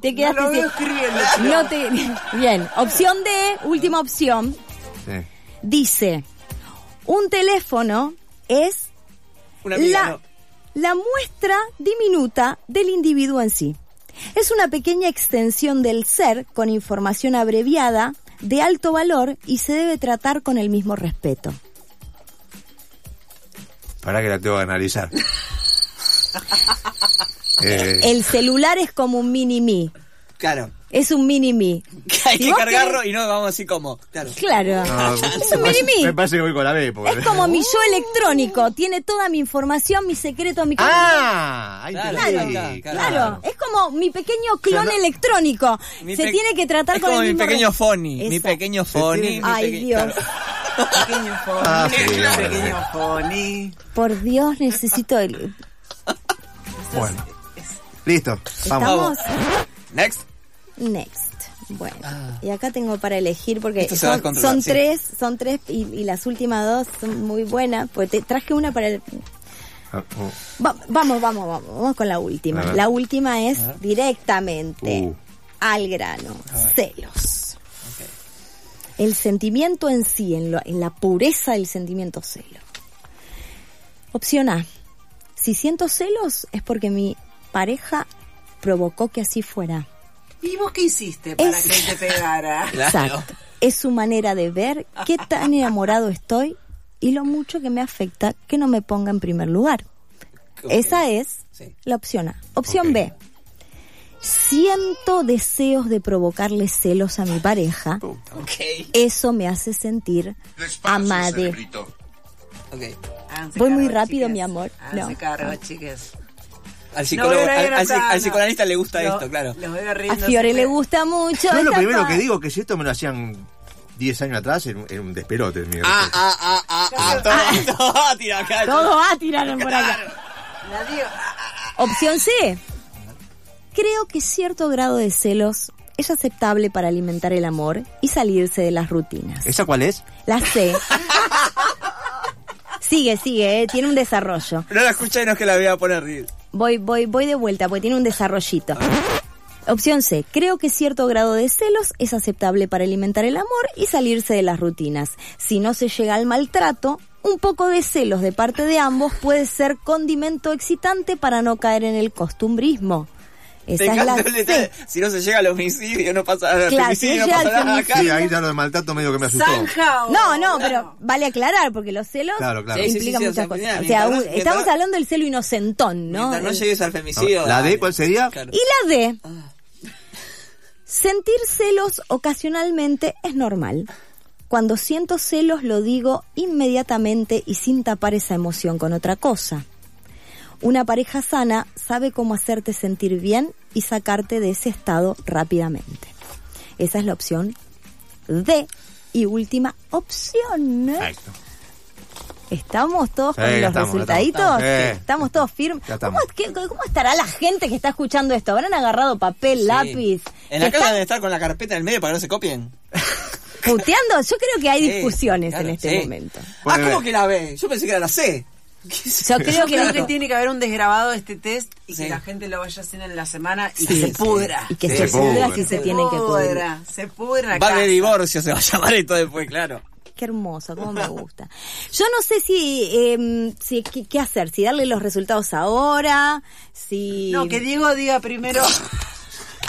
¿Te
No
quedaste
lo veo
sin...
escribiendo.
No te... Bien. Opción D, última opción.
Sí.
Dice, un teléfono es
Una amiga,
la,
no.
la muestra diminuta del individuo en sí. Es una pequeña extensión del ser con información abreviada de alto valor y se debe tratar con el mismo respeto.
Pará que la tengo que analizar. Eh,
El celular es como un mini mí.
Claro.
Es un mini mí.
Que hay
Si
que
vos
cargarlo
querés-
y no vamos así como. Claro.
Claro.
no,
es un
Ah, me parece- ¿eh?
mini
Me
mí.
parece que voy con la B. porque-
Es como mi yo electrónico. Tiene toda mi información, mi secreto, mi...
Ah, ahí
Claro,
entendí,
claro,
Claro, es como mi pequeño clon
O sea, no-
electrónico.
Mi
Se
pe-
tiene que tratar
es
con
como
el
mi
mismo
pequeño
re-
phony. Mi
Exacto.
pequeño phony. mi
Ay,
peque-
Dios.
claro.
Pequeño Fony.
Ah, sí, hombre.
pequeño Fony.
Por Dios, necesito el...
Bueno. Listo, vamos.
Estamos
Next.
next. Bueno, y acá tengo para elegir porque
Ah. Esto se va a
son,
descontrolar,
son
sí.
tres, son tres y, y las últimas dos son muy buenas. Pues te traje una para el.
Ah, oh,
Va- vamos, vamos, vamos, vamos con la
A
última.
ver.
La última es directamente
Uh.
al grano, celos. El sentimiento en sí, en, lo- en la pureza del sentimiento celo. Opción A. Si siento celos es porque mi pareja provocó que así fuera.
¿Y vos qué hiciste para
Es-
que te pegara?
Claro.
Exacto. Es su manera de ver qué tan enamorado estoy y lo mucho que me afecta que no me ponga en primer lugar. Esa es
Sí.
la opción A. Opción
Ok.
B. Siento deseos de provocarle celos a mi pareja.
Ok.
Eso me hace sentir amade.
Ok.
Háganse
Voy muy
cargo,
rápido,
chiques.
mi amor.
Háganse
No.
cargo, chiques.
Al
No
psicólogo,
veo a nadie
al, al-
anotando.
al psicoanalista le gusta
Lo-
esto, claro.
Los veo
A
riendo.
Fiore le
siempre.
gusta mucho.
Yo lo
esta
primero
pa-
que digo que si esto me lo hacían 10 años atrás, era un- era un desperote. mi
Ah, ah, ah, ah, ah, todo, todo, tira acá.
Todo va a tirar por acá.
La digo, ah,
Opción C. Creo que cierto grado de celos es aceptable para alimentar el amor y salirse de las rutinas.
¿Esa cuál es?
La C. sigue, sigue, eh, tiene un desarrollo.
No la escuché y no es que la voy a poner Riz.
Voy, voy, voy de vuelta, porque tiene un desarrollito. Opción C. Creo que cierto grado de celos es aceptable para alimentar el amor y salirse de las rutinas. Si no se llega al maltrato, un poco de celos de parte de ambos puede ser condimento excitante para no caer en el costumbrismo.
Te
Esa es la
encanta el detalle.
C.
Si no se llega al homicidio, no pasa nada.
Claro,
femicidio,
si
no
llega
pasa
al
nada Ah, acá.
Sí, ahí ya lo de maltrato medio que me asustó.
Zanjao.
No, no, pero vale aclarar porque los celos
Claro, claro.
Sí, sí,
implican
sí, sí,
muchas
sí,
cosas.
mira,
O sea,
mientras-
un-
mientras-
estamos hablando del celo inocentón, ¿no?
Mientras no
El-
llegues al femicidio.
¿La
dale.
D cuál sería?
Claro.
Y la D. Sentir celos ocasionalmente es normal. Cuando siento celos lo digo inmediatamente y sin tapar esa emoción con otra cosa. Una pareja sana sabe cómo hacerte sentir bien y sacarte de ese estado rápidamente. Esa es la opción D. Y última opción.
Perfecto.
Estamos todos
Sí,
con
ya
los
estamos, ya
resultaditos.
estamos.
Estamos,
Sí.
todos firmes.
Ya
¿Cómo,
estamos.
qué- cómo estará la gente que está escuchando esto? ¿Habrán agarrado papel, lápiz?
En la
¿Que
casa
están
deben estar con la carpeta en el medio para que no se copien.
puteando? Yo creo que hay
Sí,
discusiones
claro,
en este
sí.
momento.
Ah,
Puede
¿cómo
ver.
que la B? Yo pensé que era la C. ¿Qué es
Yo creo que,
Creo que tiene que haber un desgrabado de este test y
Sí.
que la gente lo vaya haciendo en la semana y
Sí,
que se
sí.
pudra.
y que
Sí,
se
se
pudra
pudre.
si se
Se
tienen que pudrir.
pudra, se pudra
Va
acá.
de divorcio, se va a llamar esto después, claro.
Qué hermoso, cómo me gusta. Yo no sé si, eh, si qué, qué hacer, si darle los resultados ahora, si...
No, que Diego diga primero.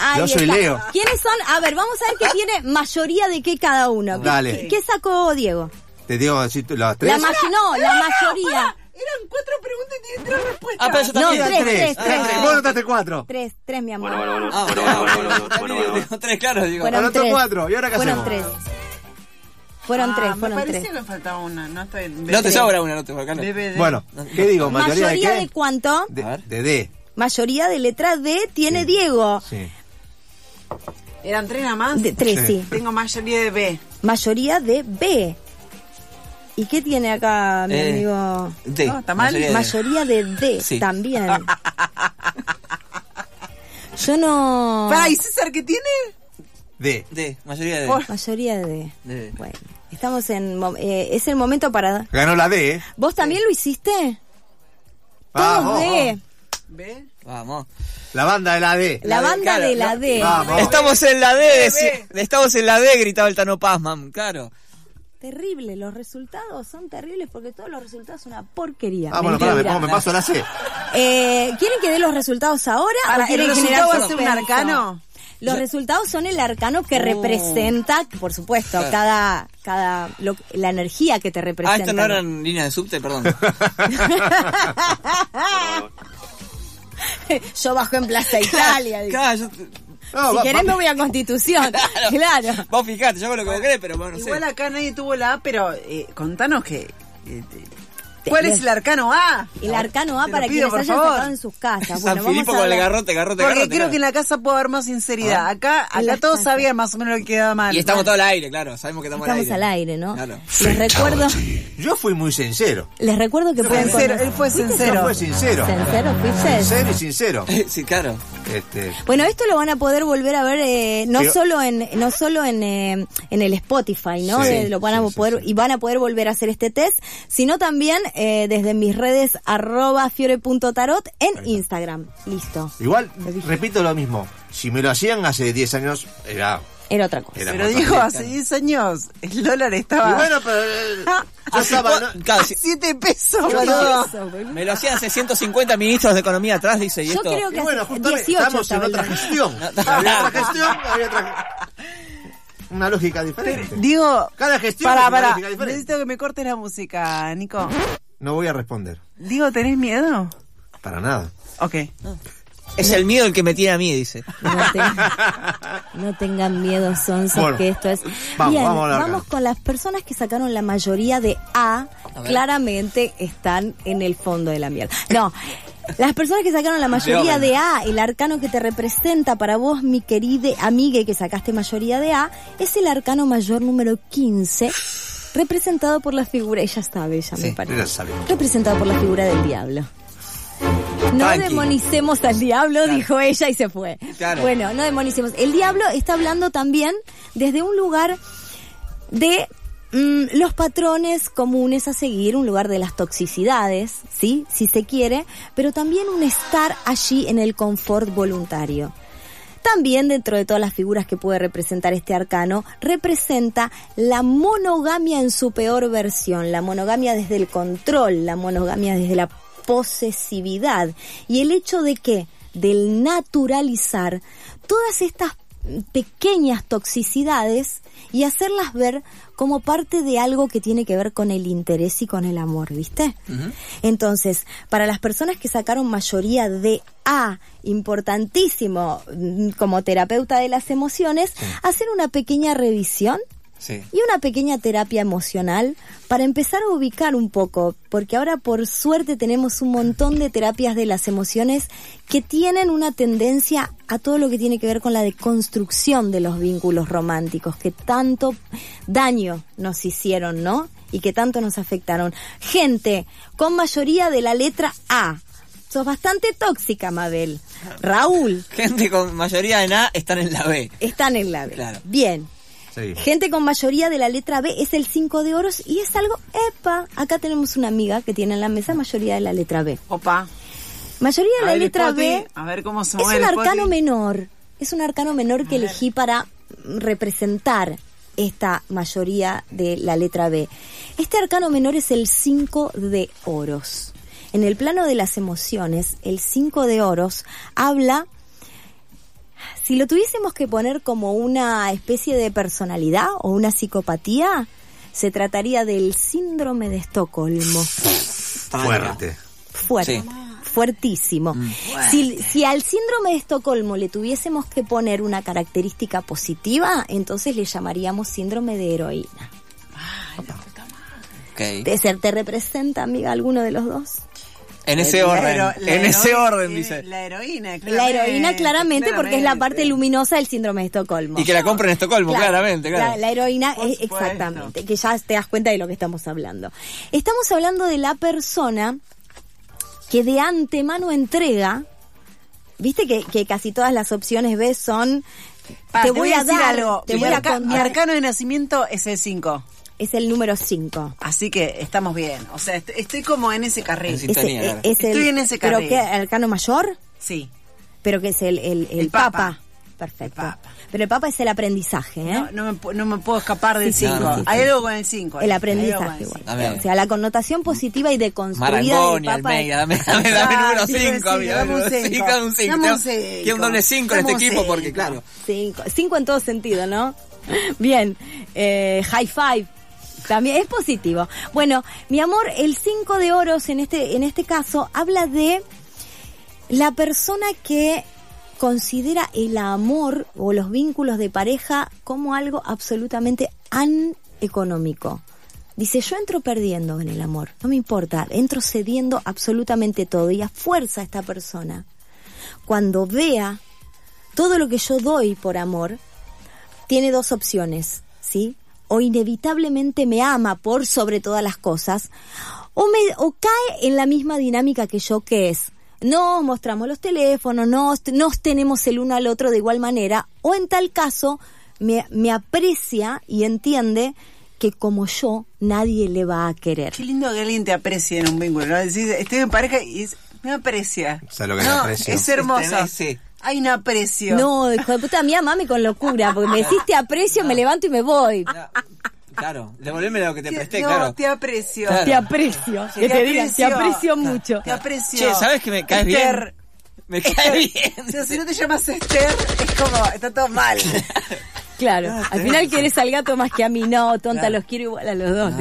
Ahí
Yo soy
está.
Leo.
¿Quiénes son? A ver, vamos a ver qué tiene mayoría de qué cada uno. ¿Qué-
Dale.
¿Qué, qué sacó Diego?
Te digo así las
La
tres.
ma- no, la mayoría.
Eran cuatro preguntas y tiene tres respuestas.
Ah, pero yo
No,
también.
tres, tres,
Ah,
tres.
Vos notaste cuatro.
Tres, tres, mi amor.
Bueno, bueno, bueno.
Ah, bueno, bueno, bueno, bueno, bueno, bueno. Tres, claro, digo.
Fueron
Anotó
tres.
cuatro, ¿y ahora qué
Fueron tres.
hacemos?
Fueron
Ah,
tres,
me
fueron
parecía
tres.
que me faltaba una. No, está bien.
No te
BBD.
sobra una, no te sobra, claro.
BBD.
Bueno, ¿qué digo? ¿Mayoría,
¿Mayoría
de
de
qué?
cuánto?
De,
A ver.
de D.
Mayoría de letra D tiene Diego. Ah,
Sí.
Eran tres nada más.
De, tres, sí.
Sí.
Tengo mayoría de B.
Mayoría de B. ¿Y qué tiene acá, mi
Eh,
amigo?
D.
No, está mal.
Mayoría de-
Mayoría de D
Sí.
también. Yo no.
Pará, ¿y César qué tiene?
D.
D, mayoría de D.
Por-
Mayoría de D.
D.
Bueno, estamos en. mo- eh, es el momento para.
Ganó la D, ¿eh?
¿Vos también lo hiciste?
Vamos.
Todos D.
B.
Vamos.
La banda de la D.
La,
La de-
banda
claro,
de la
no.
D.
Vamos.
Estamos en la D, decí- estamos en la D, gritaba el Tano Pazman, claro. Ah,
Terrible, los resultados son terribles porque todos los resultados son una porquería.
Ah, bueno, pará, me,
Mentira.
pongo- me paso a la C.
Eh, ¿Quieren que dé los resultados ahora?
Ahora,
o quieren
¿el
generar
resultado va a ser un
suspenso?
arcano?
Los resultados son el arcano que
Oh.
representa, por supuesto,
Claro.
cada, cada lo- la energía que te representa.
Ah, esto no eran líneas de subte, perdón.
Yo bajo en Plaza Italia. digo.
Claro, yo-
No,
si
va-
querés
va-
me voy a Constitución. claro.
Vos fijate, yo hago lo que vos querés, pero bueno, no sé.
Igual acá nadie tuvo la A, pero eh, contanos que. eh, ¿Cuál es el arcano A?
El arcano A
Te lo
para quienes
pido, por
hayan
favor.
sacado en sus casas.
San
Bueno, vamos
Filipo
a
con el
ver.
garrote, garrote,
Porque
garrote.
creo que en
claro.
la casa puede haber más sinceridad. Acá,
En la
acá todos
casa.
sabían más o menos lo que quedaba mal.
Y estamos
Bueno,
todos al aire, claro, sabemos que estamos,
Estamos al aire, ¿no?
Claro.
Les recuerdo,
Yo fui muy sincero.
les recuerdo que pueden
sincero,
conocer-
él fue
¿Fuiste
Yo
sincero.
fui Este sincero.
Sincero, fuiste.
Sincero y sincero.
sí, claro.
Este,
Bueno, esto lo van a poder volver a ver eh, no
Pero-
solo en no solo en, eh, en el Spotify, ¿no?
Sí,
De- lo van a
sí, sí,
poder
sí.
y van a poder volver a hacer este test, sino también eh, desde mis redes arroba fiore.tarot en Instagram. Listo.
igual, repito lo mismo. Si me lo hacían hace 10 años, era...
Era otra cosa.
era
Pero
otra
dijo,
cosa.
hace 10 años el dólar estaba
Y bueno, pero... eh, Yo estaba...
Ah,
no-
claro,
a
si-
7 pesos,
Yo
boludo.
creo-
Eh.
me lo hacían hace 150 ministros de economía atrás, dice, y
Yo
esto...
creo
Y
que
bueno,
hace
justamente
18
estamos en
estaba
otra
hablando.
gestión. Había otra gestión, había otra... Una lógica diferente.
Digo,
Cada gestión es
para,
una
para,
lógica diferente.
necesito que me cortes la música, Nico.
No voy a responder.
Digo, ¿tenés miedo?
Para nada.
Ok.
Es el miedo el que me tiene a mí, dice.
No, te- no tengan miedo, sonsos,
Bueno,
que esto es...
vamos,
Bien,
vamos a hablar acá.
con las personas que sacaron la mayoría de A,
A ver.
claramente están en el fondo de la mierda. No, las personas que sacaron la mayoría
orden.
de A, el arcano que te representa para vos, mi querida amiga, y que sacaste mayoría de A, es el arcano mayor número 15, representado por la figura, ella sabe, ya me
Sí,
parece.
ella sabe.
Representado por la figura del diablo. No
Tranqui.
demonicemos al diablo,
Claro.
dijo ella y se fue.
Claro.
Bueno, no demonicemos. El diablo está hablando también desde un lugar de mm, los patrones comunes a seguir, un lugar de las toxicidades, ¿sí? Si se quiere, pero también un estar allí en el confort voluntario. También dentro de todas las figuras que puede representar este arcano, representa la monogamia en su peor versión, la monogamia desde el control, la monogamia desde la posesividad y el hecho de que del naturalizar todas estas pequeñas toxicidades y hacerlas ver como parte de algo que tiene que ver con el interés y con el amor, ¿viste? Entonces, para las personas que sacaron mayoría de A, importantísimo mm, como terapeuta de las emociones, hacer una pequeña revisión
Sí.
y una pequeña terapia emocional para empezar a ubicar un poco, porque ahora por suerte tenemos un montón de terapias de las emociones que tienen una tendencia a todo lo que tiene que ver con la deconstrucción de los vínculos románticos, que tanto daño nos hicieron, ¿no? Y que tanto nos afectaron. Gente con mayoría de la letra A. Sos bastante tóxica, Mabel. Raúl,
Gente con mayoría en A están en la B.
están en la B.
Claro.
Bien.
Sí.
Gente con mayoría de la letra B es el 5 de oros y es algo, epa, acá tenemos una amiga que tiene en la mesa mayoría de la letra B.
Opa.
Mayoría de
A
la
ver,
letra
Poti,
B
a ver cómo se
es
mueve
un
el
arcano
Poti.
menor, es un arcano menor que elegí para representar esta mayoría de la letra B. Este arcano menor es el 5 de oros. En el plano de las emociones, el 5 de oros habla si lo tuviésemos que poner como una especie de personalidad o una psicopatía, se trataría del síndrome de Estocolmo.
Fuerte.
Fuerte.
Sí. Mm.
Fuertísimo. Si, si al síndrome de Estocolmo le tuviésemos que poner una característica positiva, entonces le llamaríamos síndrome de heroína.
Ok.
¿Te, ser- te representa, amiga, alguno de los dos?
En ese
La
orden.
hero- la
en ese
heroína
orden,
tiene-
dice.
La heroína, claramente.
La heroína, claramente, porque es la parte
Claramente.
luminosa del síndrome de Estocolmo.
Y que la compra en Estocolmo,
Claro,
claramente, claro.
La, la heroína,
Por
es-
supuesto.
exactamente, que ya te das cuenta de lo que estamos hablando. Estamos hablando de la persona que de antemano entrega, viste que, que casi todas las opciones B son,
Pa,
te, voy, a
decir
dar,
algo.
te
mi,
voy a
arca- mi
contar.
arcano de nacimiento es el 5.
Es el número 5.
Así que estamos bien. O sea, est- estoy como en ese
En
carril.
sí. Sintonía, claro.
Estoy en ese
¿Pero
carril.
qué, arcano mayor?
Sí.
Pero que es el, el, el
El
papa.
papa.
Perfecto.
El papa.
Pero el papa es el aprendizaje, ¿eh?
No, no me, pu- no me puedo escapar del
sí,
5.
no, sí,
Hay
sí.
algo con el eh. 5.
El aprendizaje igual.
Dame.
O sea, la connotación positiva y deconstruida del
Marangoni,
Papa.
Almeida, dame, dame, dame el
Ah,
número
sí, sí,
5, amigo.
dame un
número
cinco.
cinco, Dame un 5.
Dame un
Quiero un
cinco.
doble 5 en este
Dame un
equipo porque,
cinco.
claro.
Cinco, cinco en todo sentido, ¿no? Bien, eh, high five. También es positivo. Bueno, mi amor, el 5 de oros en este, en este caso habla de la persona que considera el amor o los vínculos de pareja como algo absolutamente aneconómico. Dice, yo entro perdiendo en el amor, no me importa, entro cediendo absolutamente todo y a fuerza esta persona. Cuando vea todo lo que yo doy por amor tiene dos opciones, ¿sí? O inevitablemente me ama por sobre todas las cosas, o, me, o cae en la misma dinámica que yo, que es, no mostramos los teléfonos, no nos tenemos el uno al otro de igual manera, o en tal caso me, me aprecia y entiende que como yo nadie le va a querer.
Qué lindo que alguien te aprecie en un vínculo. ¿no? Decís, estoy en pareja y es- me aprecia.
O sea, lo que me
No,
aprecio.
Es hermoso.
Este, sí.
Hay un aprecio.
No, hijo de puta, mi mami con locura, porque me hiciste aprecio, me levanto y me voy.
Ya, Claro, devolveme lo que te
Te-
presté,
no,
claro.
te aprecio.
Claro.
Te aprecio. Que te digan, te aprecio mucho.
Te aprecio.
Che, ¿sabes que me caes bien?
Esther.
Me cae
O
bien.
sea, si no te llamas Esther, es como, está todo mal.
Claro. Al final querés al gato más que a mí. No, tonta, los quiero igual a los dos.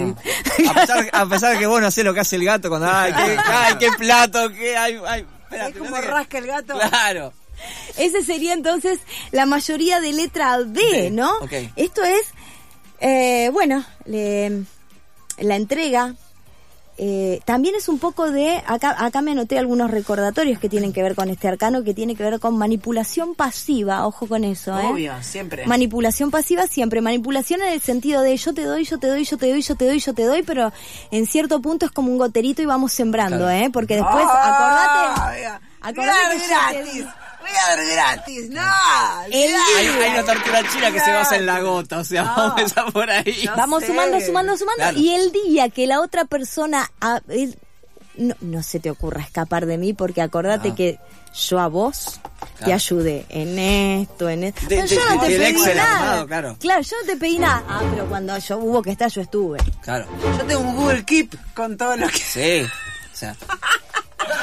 A pesar, a pesar que vos no hacés lo que hace el gato cuando. ¡Ay, qué, ay, qué plato! Qué, ay, ay,
Es
espérate,
como
no sé qué.
rasca el gato.
Claro.
Ese sería entonces la mayoría de letra D,
Ok,
¿no?
ok.
Esto es, eh, bueno, le- la entrega. eh, también es un poco de, acá, acá me anoté algunos recordatorios que tienen que ver con este arcano, que tiene que ver con manipulación pasiva, ojo con eso, ¿eh?
Obvio, siempre.
Este.
Manipulación pasiva siempre, manipulación en el sentido de yo te doy, yo te doy, yo te doy, yo te doy, yo te doy, pero en cierto punto es como un goterito y vamos sembrando, ¿eh? Porque después,
Ah,
acordate,
vea.
Acordate que era
gratis! ¡Voy a ver gratis! ¡No!
El
olvidate.
Hay, hay una tortura china que se basa en la gota, o sea, vamos a empezar por ahí.
No
Vamos
sé.
sumando, sumando, sumando.
Claro.
Y el día que la otra persona... a- el- no, no se te ocurra escapar de mí porque acordate que yo a vos te
Ah. Claro.
ayudé en esto, en esto.
De-
pero
de-
yo no te
del
pedí
Excel
nada.
armado, claro.
yo no te pedí nada. Ah, pero cuando yo hubo que estar, yo estuve.
Claro,
Yo tengo un Google Keep con todo lo que...
sí. O sea.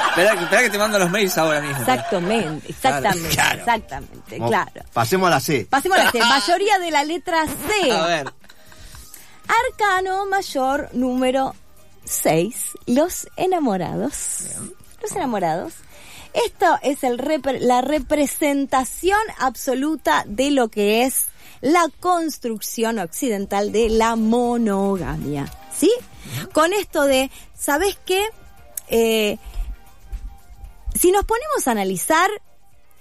Espera, espera que te mando los mails ahora mismo.
Exactamente, exactamente,
Claro.
exactamente,
Mo-
claro.
Pasemos a la C.
Pasemos a la C. Mayoría de la letra C.
A ver.
Arcano mayor número 6. Los enamorados. Los enamorados. Esto es el repre- la representación absoluta de lo que es la construcción occidental de la monogamia. ¿Sí? Con esto de, ¿sabes qué? Eh, si nos ponemos a analizar,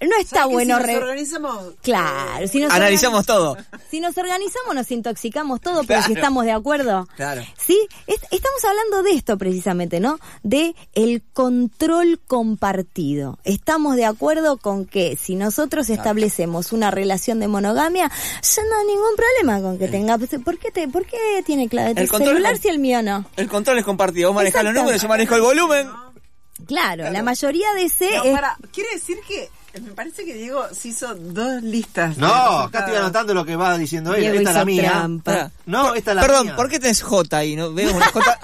no está
¿Sabes que
bueno...
Si nos
re-
organizamos...
Claro, si nos
Analizamos todo.
si nos organizamos, nos intoxicamos todo, pero si
Claro.
estamos de acuerdo.
Claro.
Sí, Es- estamos hablando de esto precisamente, ¿no? De el control compartido. Estamos de acuerdo con que si nosotros establecemos una relación de monogamia, yo no hay ningún problema con que tenga. ¿Por qué, te, por qué tiene clave
Mm. El
tu
control
celular
com-
si el mío no?
El control es compartido. Vos manejás los
Exacto.
números, yo manejo el volumen.
Claro, la mayoría de ese.
No,
es-
para, quiere decir que... Me parece que Diego se hizo dos listas.
No, acá estoy
anotando.
anotando lo que va diciendo él.
Diego
esta es la
hizo
mía.
trampa.
Pará.
No, esta es la
Perdón,
mía.
¿por qué tenés J ahí? ¿No? Veo una J.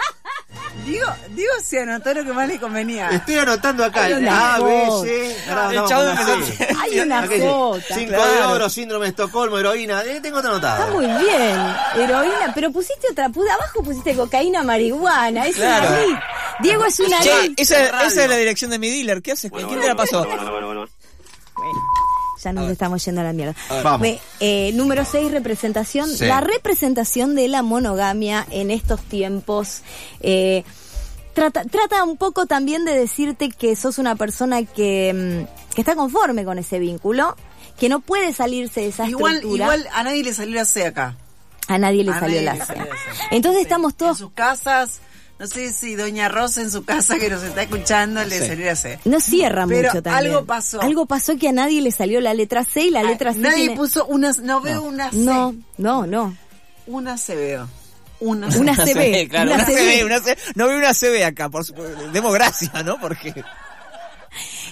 Diego, Diego se anotó lo que más le convenía.
Estoy anotando acá.
Hay
el
una
A, B,
foto.
C. Ahora
El
vamos
chabón
con la
me
C.
lo-
Hay una
Acá dice,
foto.
Cinco de
Claro.
oro, síndrome de Estocolmo, heroína. Eh, tengo otra
Está
anotada.
muy bien, heroína, pero pusiste otra, pu- abajo pusiste cocaína, marihuana, es una
Claro.
ley. Diego es una
Che,
ley.
esa, esa es la dirección de mi dealer. ¿Qué haces? ¿Quién te la pasó?
Ya nos estamos yendo a la mierda.
ver. Vamos.
Ve, eh, número 6, representación.
Sí.
La representación de la monogamia en estos tiempos. eh, trata, trata un poco también de decirte que sos una persona que, mm, que está conforme con ese vínculo, que no puede salirse de esa
Igual,
estructura.
igual a nadie le salió la C acá.
a nadie le
A
salió
nadie
la
le
C.
salió la C.
Entonces estamos
En
todos
sus casas, no sé si Doña Rosa en su casa que nos está escuchando le salió la C.
No cierra
Pero
mucho también.
algo pasó.
Algo pasó que a nadie le salió la letra C y la letra C.
Nadie
tiene-
puso unas, no veo una C.
No, no, no.
Una C veo. Una C.
Una
se
CB.
ve, claro,
una
una
CB.
CB, una CB. No veo una CB acá, por supuesto. Demos gracias, ¿no? Porque.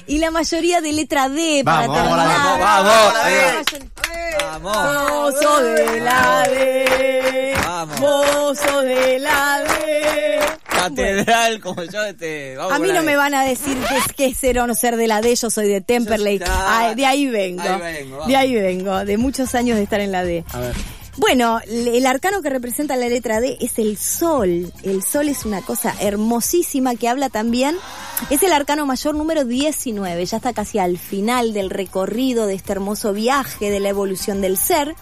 Y la mayoría de letra D
Vamos,
para
vamos,
terminar.
vamos, vamos, ahí va. Vamos.
Mozo de la D.
Vamos.
Mozo de la D.
Catedral, como yo, este. Vamos
A mí
con la
no me
D.
van a decir que es, que es ser o no ser de la D, yo soy de Temperley.
Yo- ah,
Ah, de ahí vengo.
ahí vengo, vamos.
de ahí vengo, de muchos años de estar en la D.
A ver.
Bueno, le- el arcano que representa la letra D es el sol. El sol es una cosa hermosísima que habla también. Es el arcano mayor número 19. Ya está casi al final del recorrido de este hermoso viaje de la evolución del ser.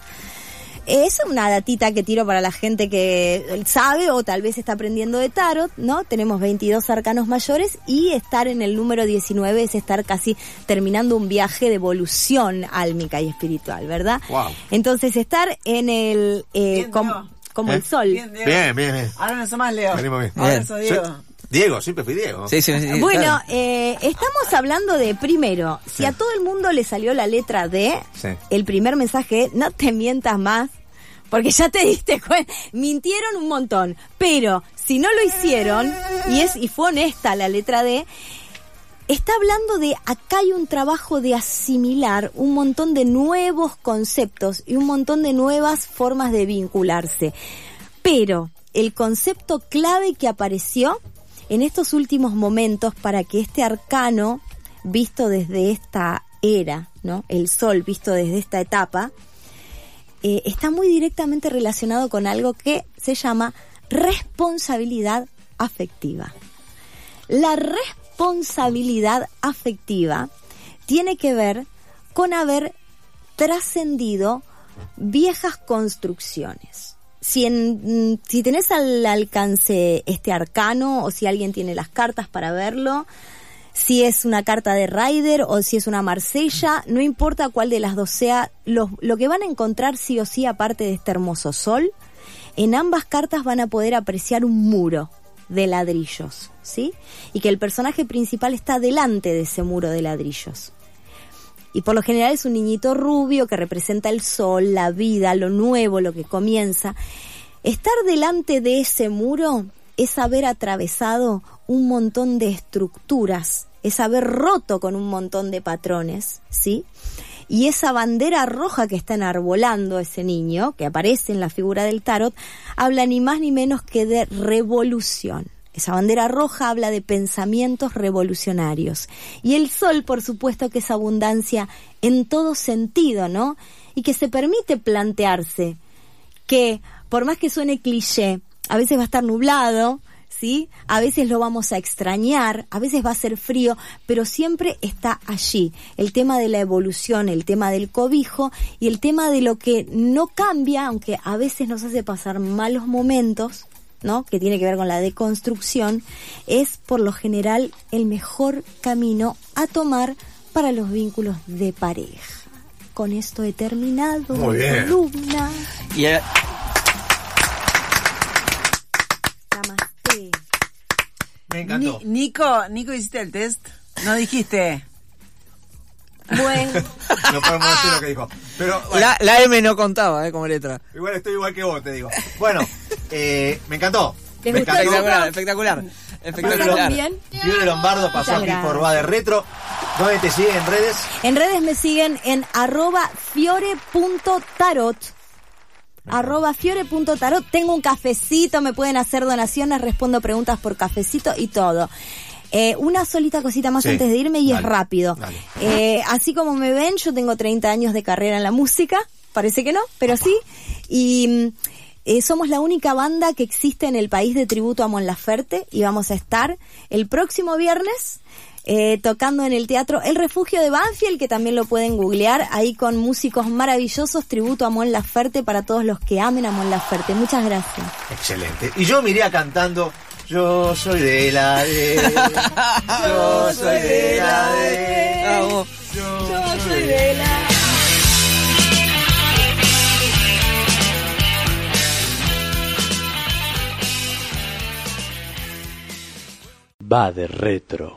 Eh, Es una datita que tiro para la gente que sabe o tal vez está aprendiendo de tarot, ¿no? Tenemos 22 arcanos mayores y estar en el número 19 es estar casi terminando un viaje de evolución álmica y espiritual, ¿verdad?
Wow.
Entonces estar en el... eh,
Bien,
com-
Diego.
como
¿Eh?
el sol.
Bien, Diego.
Bien, bien, bien.
Ahora no sos más Leo.
Venimos bien.
Ahora
Bien.
sos
Sí.
Diego.
Diego, siempre fui Diego.
Sí, sí, sí,
Bueno,
claro.
eh, estamos hablando de, primero, si a todo el mundo le salió la letra D,
Sí.
el primer mensaje es, no te mientas más, porque ya te diste cuenta, mintieron un montón, pero si no lo hicieron, y, es, y fue honesta la letra D, está hablando de acá hay un trabajo de asimilar un montón de nuevos conceptos y un montón de nuevas formas de vincularse. Pero el concepto clave que apareció en estos últimos momentos para que este arcano, visto desde esta era, ¿no? El sol visto desde esta etapa, eh, está muy directamente relacionado con algo que se llama responsabilidad afectiva. La responsabilidad afectiva tiene que ver con haber trascendido viejas construcciones. Si, en- mm, si tenés al alcance este arcano o si alguien tiene las cartas para verlo, si es una carta de Ryder o si es una Marsella, no importa cuál de las dos sea, los- lo que van a encontrar sí o sí, aparte de este hermoso sol, en ambas cartas van a poder apreciar un muro, de ladrillos, ¿sí? Y que el personaje principal está delante de ese muro de ladrillos. Y por lo general es un niñito rubio que representa el sol, la vida, lo nuevo, lo que comienza. Estar delante de ese muro es haber atravesado un montón de estructuras, es haber roto con un montón de patrones, ¿sí? Y esa bandera roja que está enarbolando ese niño, que aparece en la figura del tarot, habla ni más ni menos que de revolución. Esa bandera roja habla de pensamientos revolucionarios. Y el sol, por supuesto, que es abundancia en todo sentido, ¿no? Y que se permite plantearse que, por más que suene cliché, a veces va a estar nublado, ¿sí? A veces lo vamos a extrañar, a veces va a ser frío, pero siempre está allí. El tema de la evolución, el tema del cobijo y el tema de lo que no cambia, aunque a veces nos hace pasar malos momentos, ¿no? Que tiene que ver con la deconstrucción, es por lo general el mejor camino a tomar para los vínculos de pareja. Con esto he terminado.
Muy
mi
bien.
columna.
Y eh,
Namaste.
Me
Ni- Nico, Nico, ¿hiciste el test? No dijiste.
Bueno,
No podemos decir lo que dijo. Pero bueno,
la, la M no contaba, eh, como letra.
igual estoy igual que vos, te digo. Bueno, eh, me encantó.
¿Les
Me
gustó
encantó.
el
Espectacular, espectacular.
¿pasaron
Espectacular.
bien?
Fiore Lombardo pasó
Muchas
aquí
gracias.
por Va de Retro. ¿Dónde te siguen en redes?
En redes me siguen en arroba fiore.tarot. Arroba fiore.tarot. Tengo un cafecito, me pueden hacer donaciones, respondo preguntas por cafecito y todo. Eh, una solita cosita más
Sí,
antes de irme y es
dale,
rápido.
dale.
Eh, así como me ven, yo tengo 30 años de carrera en la música, parece que no, pero sí. Y mm, eh, somos la única banda que existe en el país de tributo a Mon Laferte y vamos a estar el próximo viernes eh, tocando en el teatro El Refugio de Banfield, que también lo pueden googlear, ahí con músicos maravillosos, tributo a Mon Laferte para todos los que amen a Mon Laferte. Muchas gracias.
Excelente. Y yo me iría cantando. Yo soy de la de. Yo soy de la E". de.
Bravo.
va de retro.